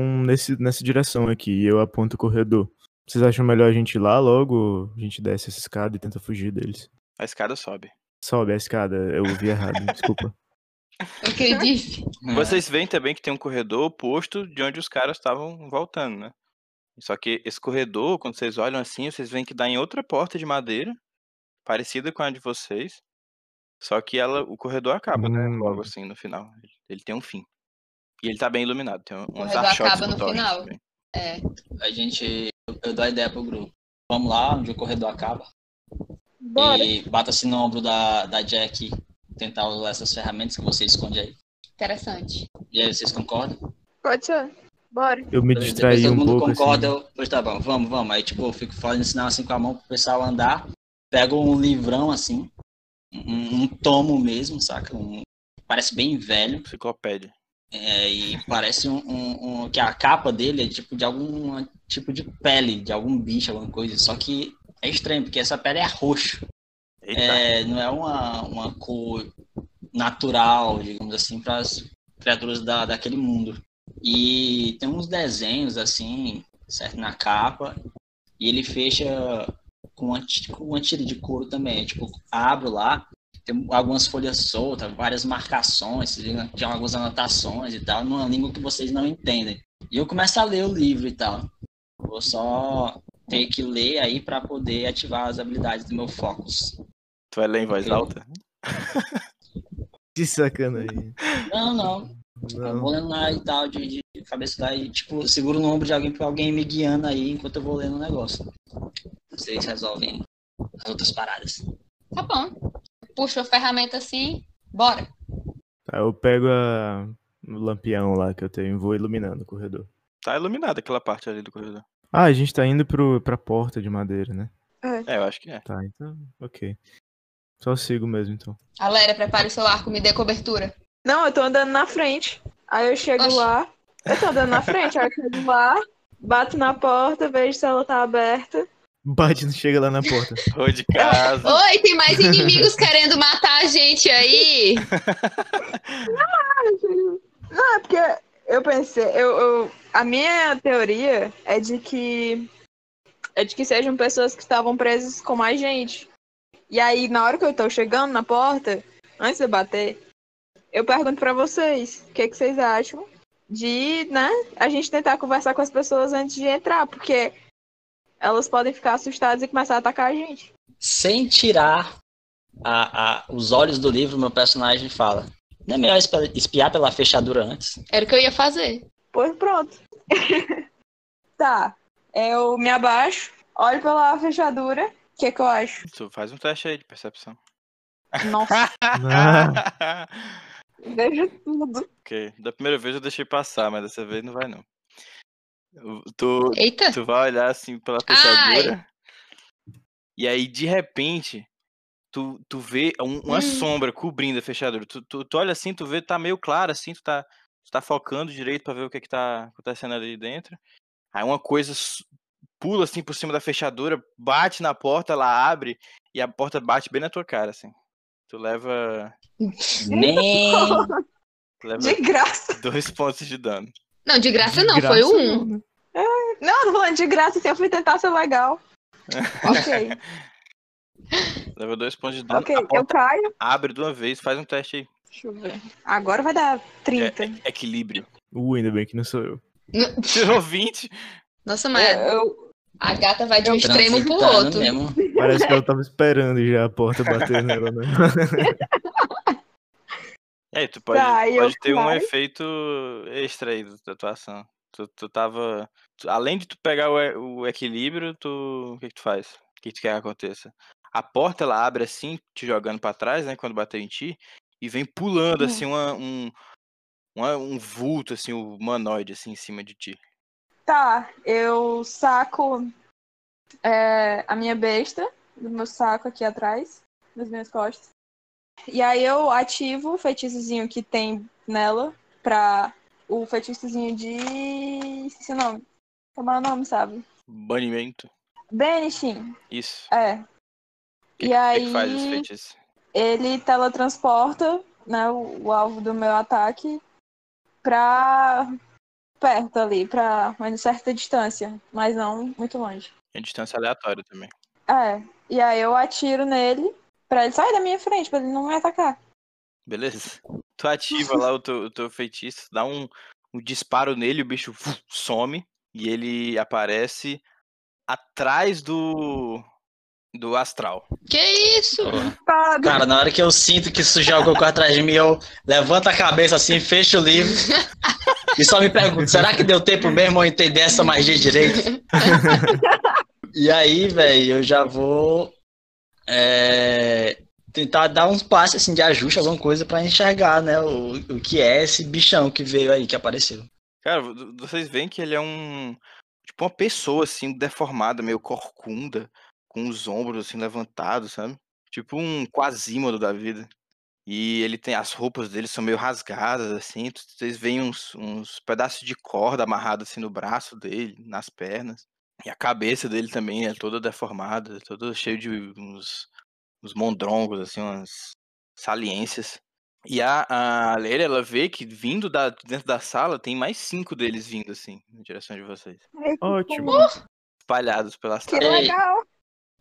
Speaker 5: nessa direção aqui, e eu aponto o corredor. Vocês acham melhor a gente ir lá logo? A gente desce essa escada e tenta fugir deles.
Speaker 3: A escada sobe.
Speaker 5: Sobe a escada, eu ouvi errado, desculpa.
Speaker 2: o que ele disse.
Speaker 5: É.
Speaker 3: Vocês veem também que tem um corredor oposto de onde os caras estavam voltando, né? Só que esse corredor, quando vocês olham assim, vocês veem que dá em outra porta de madeira, parecida com a de vocês. Só que ela, o corredor acaba, né?
Speaker 5: Hum.
Speaker 3: Logo assim, no final. Ele- Ele tem um fim. E ele tá bem iluminado. Tem um- uns
Speaker 2: corredor
Speaker 3: archotes
Speaker 2: acaba no
Speaker 3: flutuantes
Speaker 2: final.
Speaker 3: também.
Speaker 2: É.
Speaker 1: A gente, eu, eu dou a ideia pro grupo. Vamos lá, onde o corredor acaba.
Speaker 4: Bora.
Speaker 1: E bata-se no ombro da, da Jack tentar usar essas ferramentas que você esconde aí.
Speaker 2: Interessante.
Speaker 1: E aí, vocês concordam?
Speaker 4: Pode ser. Bora.
Speaker 5: Eu me
Speaker 1: Beleza,
Speaker 5: distraí
Speaker 1: Depois
Speaker 5: um
Speaker 1: todo mundo
Speaker 5: pouco. assim.
Speaker 1: concorda, eu... Pois tá bom, vamos, vamos. Aí, tipo, eu fico fazendo sinal assim com a mão pro pessoal andar. Pego um livrão, assim. Um, um tomo mesmo, saca? Um... Parece bem velho.
Speaker 3: Enciclopédia.
Speaker 1: é, e parece um, um- um- Que a capa dele é tipo de algum tipo de pele, de algum bicho, alguma coisa. Só que é estranho, porque essa pele é roxa.
Speaker 3: Eita.
Speaker 1: É, não é uma, uma cor natural, digamos assim, para as criaturas da, daquele mundo. E tem uns desenhos, assim, certo, na capa, e ele fecha com uma, ti- com uma tira de couro também. Tipo, abro lá, tem algumas folhas soltas, várias marcações, tem algumas anotações e tal, numa língua que vocês não entendem. E eu começo a ler o livro e tal. Vou só ter que ler aí para poder ativar as habilidades do meu Focus.
Speaker 3: Tu vai ler em voz
Speaker 1: Eu-
Speaker 3: alta?
Speaker 5: Que sacanagem.
Speaker 1: Não, não. Eu vou
Speaker 5: Não.
Speaker 1: lendo lá e tal, de, de cabeça lá e, tipo, seguro no ombro de alguém pra alguém me guiando aí enquanto eu vou lendo o negócio. Vocês resolvem as outras paradas.
Speaker 2: Tá bom. Puxa a ferramenta assim, bora.
Speaker 5: Tá, eu pego a... o lampião lá que eu tenho e vou iluminando o corredor.
Speaker 3: Tá iluminada aquela parte ali do corredor.
Speaker 5: Ah, a gente tá indo pro... pra porta de madeira, né?
Speaker 3: É, eu acho que é.
Speaker 5: Tá, então, ok. Só sigo mesmo, então.
Speaker 2: Galera, prepare o seu arco, me dê cobertura.
Speaker 4: Não, eu tô andando na frente. Aí eu chego
Speaker 2: Oxe.
Speaker 4: lá. Eu tô andando na frente, aí eu chego lá, bato na porta, vejo se ela tá aberta.
Speaker 5: Bate, não chega lá na porta.
Speaker 3: Rua de casa.
Speaker 2: Oi, tem mais inimigos querendo matar a gente aí.
Speaker 4: Não, é porque eu pensei, eu, eu- a minha teoria é de que é de que sejam pessoas que estavam presas com mais gente. E aí, na hora que eu tô chegando na porta, antes de eu bater, eu pergunto pra vocês, o que, que vocês acham de, né, a gente tentar conversar com as pessoas antes de entrar, porque elas podem ficar assustadas e começar a atacar a gente.
Speaker 1: Sem tirar a, a- os olhos do livro, meu personagem fala. Não é melhor espi- espiar pela fechadura antes?
Speaker 2: Era o que eu ia fazer.
Speaker 4: Pois pronto. tá. Eu me abaixo, olho pela fechadura. O que, que eu acho?
Speaker 3: Tu faz um teste aí de percepção.
Speaker 4: Nossa.
Speaker 5: Ah,
Speaker 4: Vejo tudo.
Speaker 3: ok. Da primeira vez eu deixei passar, mas dessa vez não vai não. Eu- Tu,
Speaker 2: Eita,
Speaker 3: tu vai olhar assim pela fechadura. E aí, de repente, tu, tu vê um- uma
Speaker 2: Hum.
Speaker 3: sombra cobrindo a fechadura. Tu, tu, tu olha assim, tu vê, tá meio claro assim, tu tá, tu tá focando direito pra ver o que que tá acontecendo ali dentro. Aí uma coisa su- pula assim por cima da fechadura, bate na porta, ela abre e a porta bate bem na tua cara, assim. Tu leva,
Speaker 1: Nem.
Speaker 3: tu leva
Speaker 4: De graça.
Speaker 3: dois pontos de dano.
Speaker 2: não, de graça
Speaker 5: de
Speaker 2: não, foi o
Speaker 5: graça
Speaker 2: um.
Speaker 5: não, né?
Speaker 4: Não, eu tô falando de graça, assim, eu fui tentar ser legal. ok,
Speaker 3: Leva dois pontos de dano.
Speaker 4: ok.
Speaker 3: A
Speaker 4: Eu
Speaker 3: porta
Speaker 4: caio.
Speaker 3: abre de uma vez, faz um teste aí.
Speaker 4: Deixa eu ver. Agora vai dar 30.
Speaker 3: Equilíbrio.
Speaker 5: Uh, ainda bem que não sou eu.
Speaker 3: Tirou 20.
Speaker 2: Nossa, mas
Speaker 4: Eu,
Speaker 2: a gata vai de um
Speaker 4: É. Eu
Speaker 2: extremo pro
Speaker 1: Transitando
Speaker 2: outro.
Speaker 1: Mesmo.
Speaker 5: Parece que ela tava esperando já a porta bater nela, né?
Speaker 3: É, tu pode,
Speaker 4: Tá,
Speaker 3: tu
Speaker 4: e eu
Speaker 3: pode ter um
Speaker 4: caio.
Speaker 3: efeito extra aí da tua ação. Tu, tu tava. tu- além de tu pegar o, e- o equilíbrio, tu. O que, que tu faz? O que, que tu quer que aconteça? A porta ela abre assim, te jogando pra trás, né? Quando bater em ti, e vem pulando assim uma- um, uma- um vulto, assim, um humanoide assim em cima de ti.
Speaker 4: tá, eu saco é, a minha besta do meu saco aqui atrás, nas minhas costas. E aí eu ativo o feitiçozinho que tem nela pra o feitiçozinho de. Esqueci o nome. Como é o nome, sabe?
Speaker 3: Banimento.
Speaker 4: Benishim.
Speaker 3: Isso.
Speaker 4: É.
Speaker 3: Que,
Speaker 4: E
Speaker 3: que- que que faz esse
Speaker 4: aí-
Speaker 3: feitiço?
Speaker 4: ele teletransporta né, o, o alvo do meu ataque pra perto ali, pra uma certa distância, mas não muito longe.
Speaker 3: Em É distância aleatória também.
Speaker 4: É, e aí eu atiro nele pra ele sair da minha frente, pra ele não me atacar.
Speaker 3: Beleza. Tu ativa lá o teu, o teu feitiço, dá um, um disparo nele, o bicho fu- some e ele aparece atrás do do astral.
Speaker 2: Que isso?
Speaker 3: Tá.
Speaker 4: Sabe?
Speaker 1: Cara, na hora que eu sinto que isso joga com atrás de mim, eu levanto a cabeça assim, fecho o livro e só me pergunto, será que deu tempo mesmo eu entender essa magia direito? e aí, velho, eu já vou é, tentar dar uns passes assim, de ajuste, alguma coisa, pra enxergar, né? O, o que é esse bichão que veio aí, que apareceu.
Speaker 3: Cara, vo- vocês veem que ele é um. Tipo, uma pessoa, assim, deformada, meio corcunda, com os ombros, assim, levantados, sabe? Tipo um quasímodo da vida. E ele tem. As roupas dele são meio rasgadas, assim. tu- Vocês veem uns, uns pedaços de corda amarrado, assim, no braço dele, nas pernas. E a cabeça dele também é toda deformada, toda cheia de uns, uns mondrongos, assim, umas saliências. E a, a Leira, ela vê que vindo da, de dentro da sala, tem mais cinco deles vindo, assim, na direção de vocês.
Speaker 5: Ótimo.
Speaker 3: Espalhados pela
Speaker 4: Que
Speaker 3: sala.
Speaker 1: Ei,
Speaker 4: legal.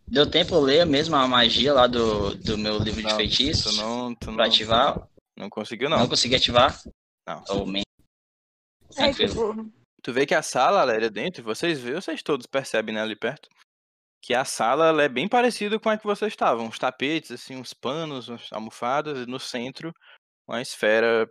Speaker 1: Deu tempo eu ler mesmo a magia lá do, do meu livro de
Speaker 3: Não,
Speaker 1: feitiços
Speaker 3: Tu não, tu não,
Speaker 1: pra ativar.
Speaker 3: não conseguiu,
Speaker 1: Não.
Speaker 3: não.
Speaker 1: consegui ativar.
Speaker 3: Não.
Speaker 1: Oh, man.
Speaker 4: Ai, que
Speaker 1: Tranquilo.
Speaker 4: burro.
Speaker 3: Tu vê que a sala, ela era dentro, e vocês vê, vocês todos percebem, né, ali perto, que a sala, ela é bem parecida com a que vocês estavam. Uns tapetes, assim, uns panos, uns almofadas, e no centro, uma esfera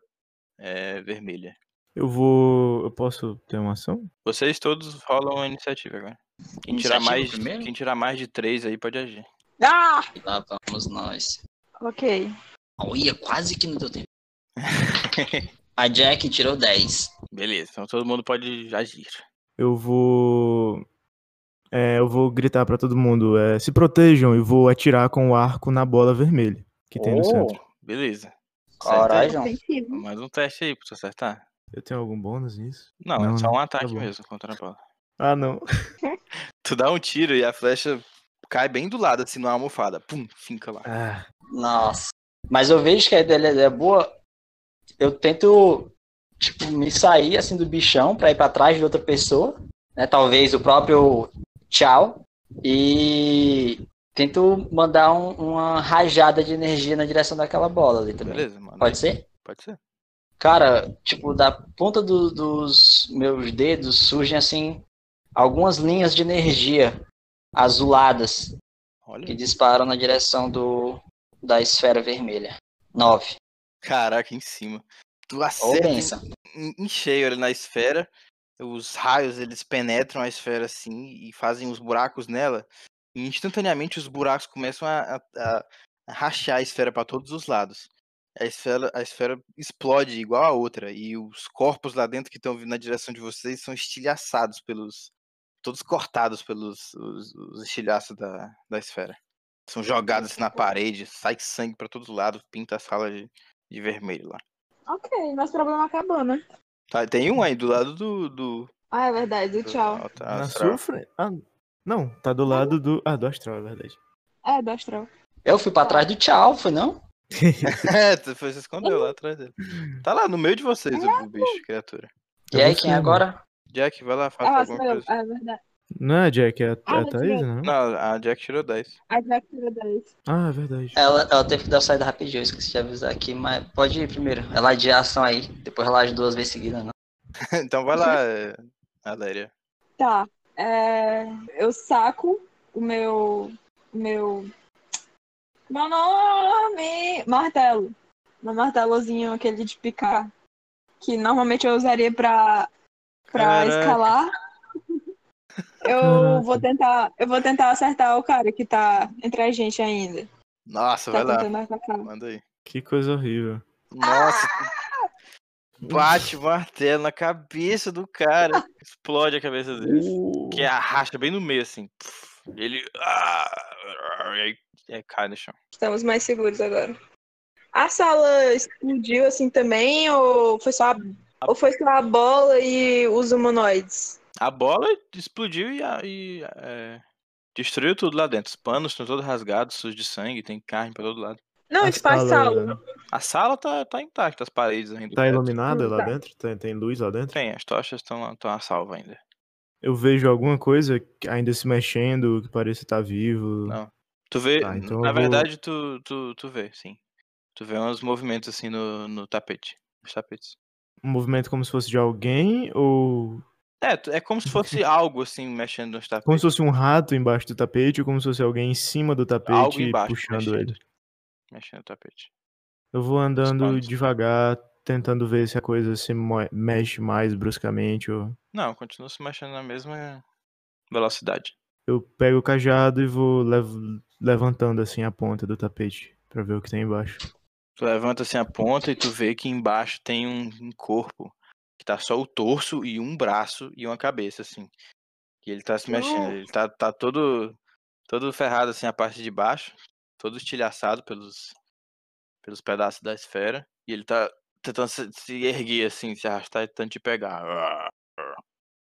Speaker 3: eh, vermelha.
Speaker 5: Eu vou. Eu posso ter uma ação?
Speaker 3: Vocês todos rolam a iniciativa agora. Quem tirar,
Speaker 1: Iniciativa
Speaker 3: mais,
Speaker 1: primeiro?
Speaker 3: quem tirar mais de três aí pode agir.
Speaker 4: Ah,
Speaker 1: Lá vamos nós.
Speaker 4: ok.
Speaker 1: Olha, quase que não deu tempo. A Jack tirou 10.
Speaker 3: Beleza, então todo mundo pode agir.
Speaker 5: Eu vou. é, eu vou gritar pra todo mundo: é, se protejam e vou atirar com o arco na bola vermelha que
Speaker 1: Oh.
Speaker 5: tem no centro.
Speaker 3: Beleza.
Speaker 1: Caralho, João.
Speaker 4: Ofensivo.
Speaker 3: Mais um teste aí pra você acertar.
Speaker 5: Eu tenho algum bônus nisso?
Speaker 3: Não, é
Speaker 5: Não,
Speaker 3: só
Speaker 5: não,
Speaker 3: um
Speaker 5: tá
Speaker 3: ataque
Speaker 5: bom.
Speaker 3: mesmo contra a bola.
Speaker 5: Ah, não.
Speaker 3: Tu dá um tiro e a flecha cai bem do lado, assim, numa almofada. Pum, finca lá.
Speaker 5: Ah,
Speaker 1: Nossa. Mas eu vejo que a ideia é boa. Eu tento, tipo, me sair assim do bichão pra ir pra trás de outra pessoa. Né? Talvez o próprio tchau. E tento mandar um- uma rajada de energia na direção daquela bola ali também.
Speaker 3: Beleza, mano.
Speaker 1: É. Pode ser?
Speaker 3: Pode ser.
Speaker 1: Cara, tipo, da ponta do- dos meus dedos surgem assim algumas linhas de energia azuladas que
Speaker 3: Olha.
Speaker 1: disparam na direção do da esfera vermelha. Nove.
Speaker 3: Caraca, em cima. Tu
Speaker 1: Ou
Speaker 3: acerta em-
Speaker 1: benção.
Speaker 3: em, em cheio ali na esfera. Os raios, eles penetram a esfera assim e fazem os buracos nela. E instantaneamente os buracos começam a, a- a- a rachar a esfera para todos os lados. A esfera, a esfera explode igual a outra. E os corpos lá dentro que estão vindo na direção de vocês são estilhaçados pelos. Todos cortados pelos os, os estilhaços da, da esfera. São jogados assim, na parede, sai sangue para todos os lados, pinta a sala de, de vermelho lá.
Speaker 4: Ok, nosso problema acabou, né?
Speaker 3: Tá, tem um aí do lado do. do...
Speaker 4: Ah, é verdade, do
Speaker 3: do
Speaker 4: tchau.
Speaker 3: altar
Speaker 5: na
Speaker 3: astral.
Speaker 5: sua frente. Ah, não, tá do lado do. Ah, do astral, é verdade.
Speaker 4: É, do astral.
Speaker 1: Eu fui pra trás do tchau, foi não?
Speaker 3: É, tu foi se escondeu lá atrás dele. Tá lá no meio de vocês o, o bicho, criatura.
Speaker 1: E
Speaker 5: Eu
Speaker 1: aí,
Speaker 5: vou
Speaker 1: quem é
Speaker 5: sim,
Speaker 1: agora?
Speaker 3: Jack, vai lá, faça
Speaker 4: Ah,
Speaker 3: alguma
Speaker 4: sou eu.
Speaker 3: coisa.
Speaker 4: É verdade.
Speaker 5: Não é a Jack, é a,
Speaker 4: Ah,
Speaker 5: é a
Speaker 4: eu
Speaker 5: Thaís,
Speaker 4: tirei.
Speaker 5: não?
Speaker 3: Não, a Jack tirou 10.
Speaker 4: A Jackson 10.
Speaker 5: Ah, é verdade.
Speaker 1: Ela, ela teve que dar saída rapidinho, eu esqueci de avisar aqui, mas pode ir primeiro. Ela adia a ação aí, depois ela age duas vezes seguidas, não.
Speaker 3: Então vai lá, eh, Aléria.
Speaker 4: Tá. é, eu saco o meu. o meu. Meu nome! Martelo. Meu martelozinho, aquele de picar. Que normalmente eu usaria pra, pra
Speaker 3: Caraca.
Speaker 4: escalar.
Speaker 5: Caraca.
Speaker 4: Eu vou tentar. Eu vou tentar acertar o cara que tá entre a gente ainda.
Speaker 3: Nossa,
Speaker 4: Tá
Speaker 3: vai lá.
Speaker 4: tentando atacar.
Speaker 3: Manda aí.
Speaker 5: Que coisa horrível.
Speaker 3: Nossa, tu
Speaker 4: Ah!
Speaker 3: bate o martelo na cabeça do cara. Explode a cabeça dele. Que arrasta bem no meio, assim. Ele. Ah, e aí é, cai no chão.
Speaker 4: Estamos mais seguros agora. A sala explodiu assim também, ou foi só a, ou foi só a bola e os humanoides?
Speaker 3: A bola explodiu e, a- e, é, destruiu tudo lá dentro. Os panos estão todos rasgados, sujos de sangue, tem carne pra todo lado.
Speaker 4: Não, tipo, a sala.
Speaker 3: A sala tá, tá intacta, as paredes ainda.
Speaker 5: Tá
Speaker 3: né?
Speaker 5: iluminada
Speaker 4: Hum,
Speaker 5: lá
Speaker 4: tá.
Speaker 5: dentro? Tem, tem luz lá dentro?
Speaker 3: Tem, as tochas estão estão a salvo ainda.
Speaker 5: Eu vejo alguma coisa que ainda se mexendo, que parece estar vivo.
Speaker 3: Não. Tu vê,
Speaker 5: Tá, então
Speaker 3: na
Speaker 5: eu vou-
Speaker 3: verdade, tu, tu, tu vê, sim. Tu vê uns movimentos assim no, no tapete. Nos tapetes.
Speaker 5: Um movimento como se fosse de alguém, ou
Speaker 3: É, tu- é como se fosse algo assim mexendo nos tapetes.
Speaker 5: como se fosse um rato embaixo do tapete, ou como se fosse alguém em cima do
Speaker 3: algo
Speaker 5: tapete
Speaker 3: embaixo
Speaker 5: puxando
Speaker 3: mexendo,
Speaker 5: ele.
Speaker 3: Mexendo no tapete.
Speaker 5: Eu vou andando
Speaker 3: Espanto.
Speaker 5: devagar, tentando ver se a coisa se mo- mexe mais bruscamente. Ou...
Speaker 3: Não, continua se mexendo na mesma velocidade.
Speaker 5: Eu pego o cajado e vou lev- levantando assim a ponta do tapete. Pra ver o que tem embaixo.
Speaker 3: Tu levanta assim a ponta e tu vê que embaixo tem um, um corpo. Que tá só o torso e um braço e uma cabeça, assim. E ele tá se mexendo. Ele tá, tá todo, todo ferrado, assim, a parte de baixo. Todo estilhaçado pelos, pelos pedaços da esfera. E ele tá tentando se, se erguer, assim, se arrastar e tentando te pegar.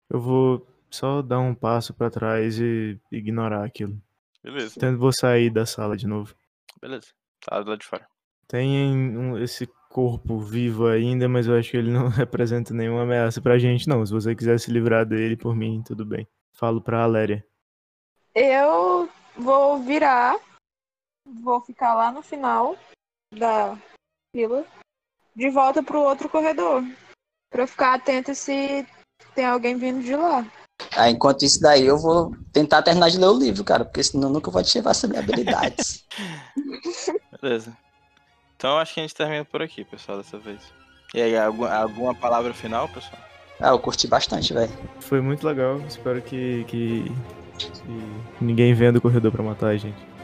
Speaker 5: Eu vou só dar um passo pra trás e ignorar aquilo.
Speaker 3: Beleza,
Speaker 5: Tento vou sair da sala de novo.
Speaker 3: beleza. Tá do lado de fora.
Speaker 5: Tem um- esse corpo vivo ainda, mas eu acho que ele não representa nenhuma ameaça pra gente, não. Se você quiser se livrar dele, por mim, tudo bem. Falo pra Aléria.
Speaker 4: Eu vou virar, vou ficar lá no final da fila, de volta pro outro corredor, Pra eu ficar atento se tem alguém vindo de lá.
Speaker 1: Ah, enquanto isso daí, eu vou tentar terminar de ler o livro, cara, porque senão eu nunca vou ativar essas minhas habilidades.
Speaker 3: Beleza. Então acho que a gente termina por aqui, pessoal, dessa vez. E aí, algum- alguma palavra final, pessoal?
Speaker 1: ah, eu curti bastante, velho.
Speaker 5: Foi muito legal. Espero que, que, que ninguém venha do corredor pra matar a gente.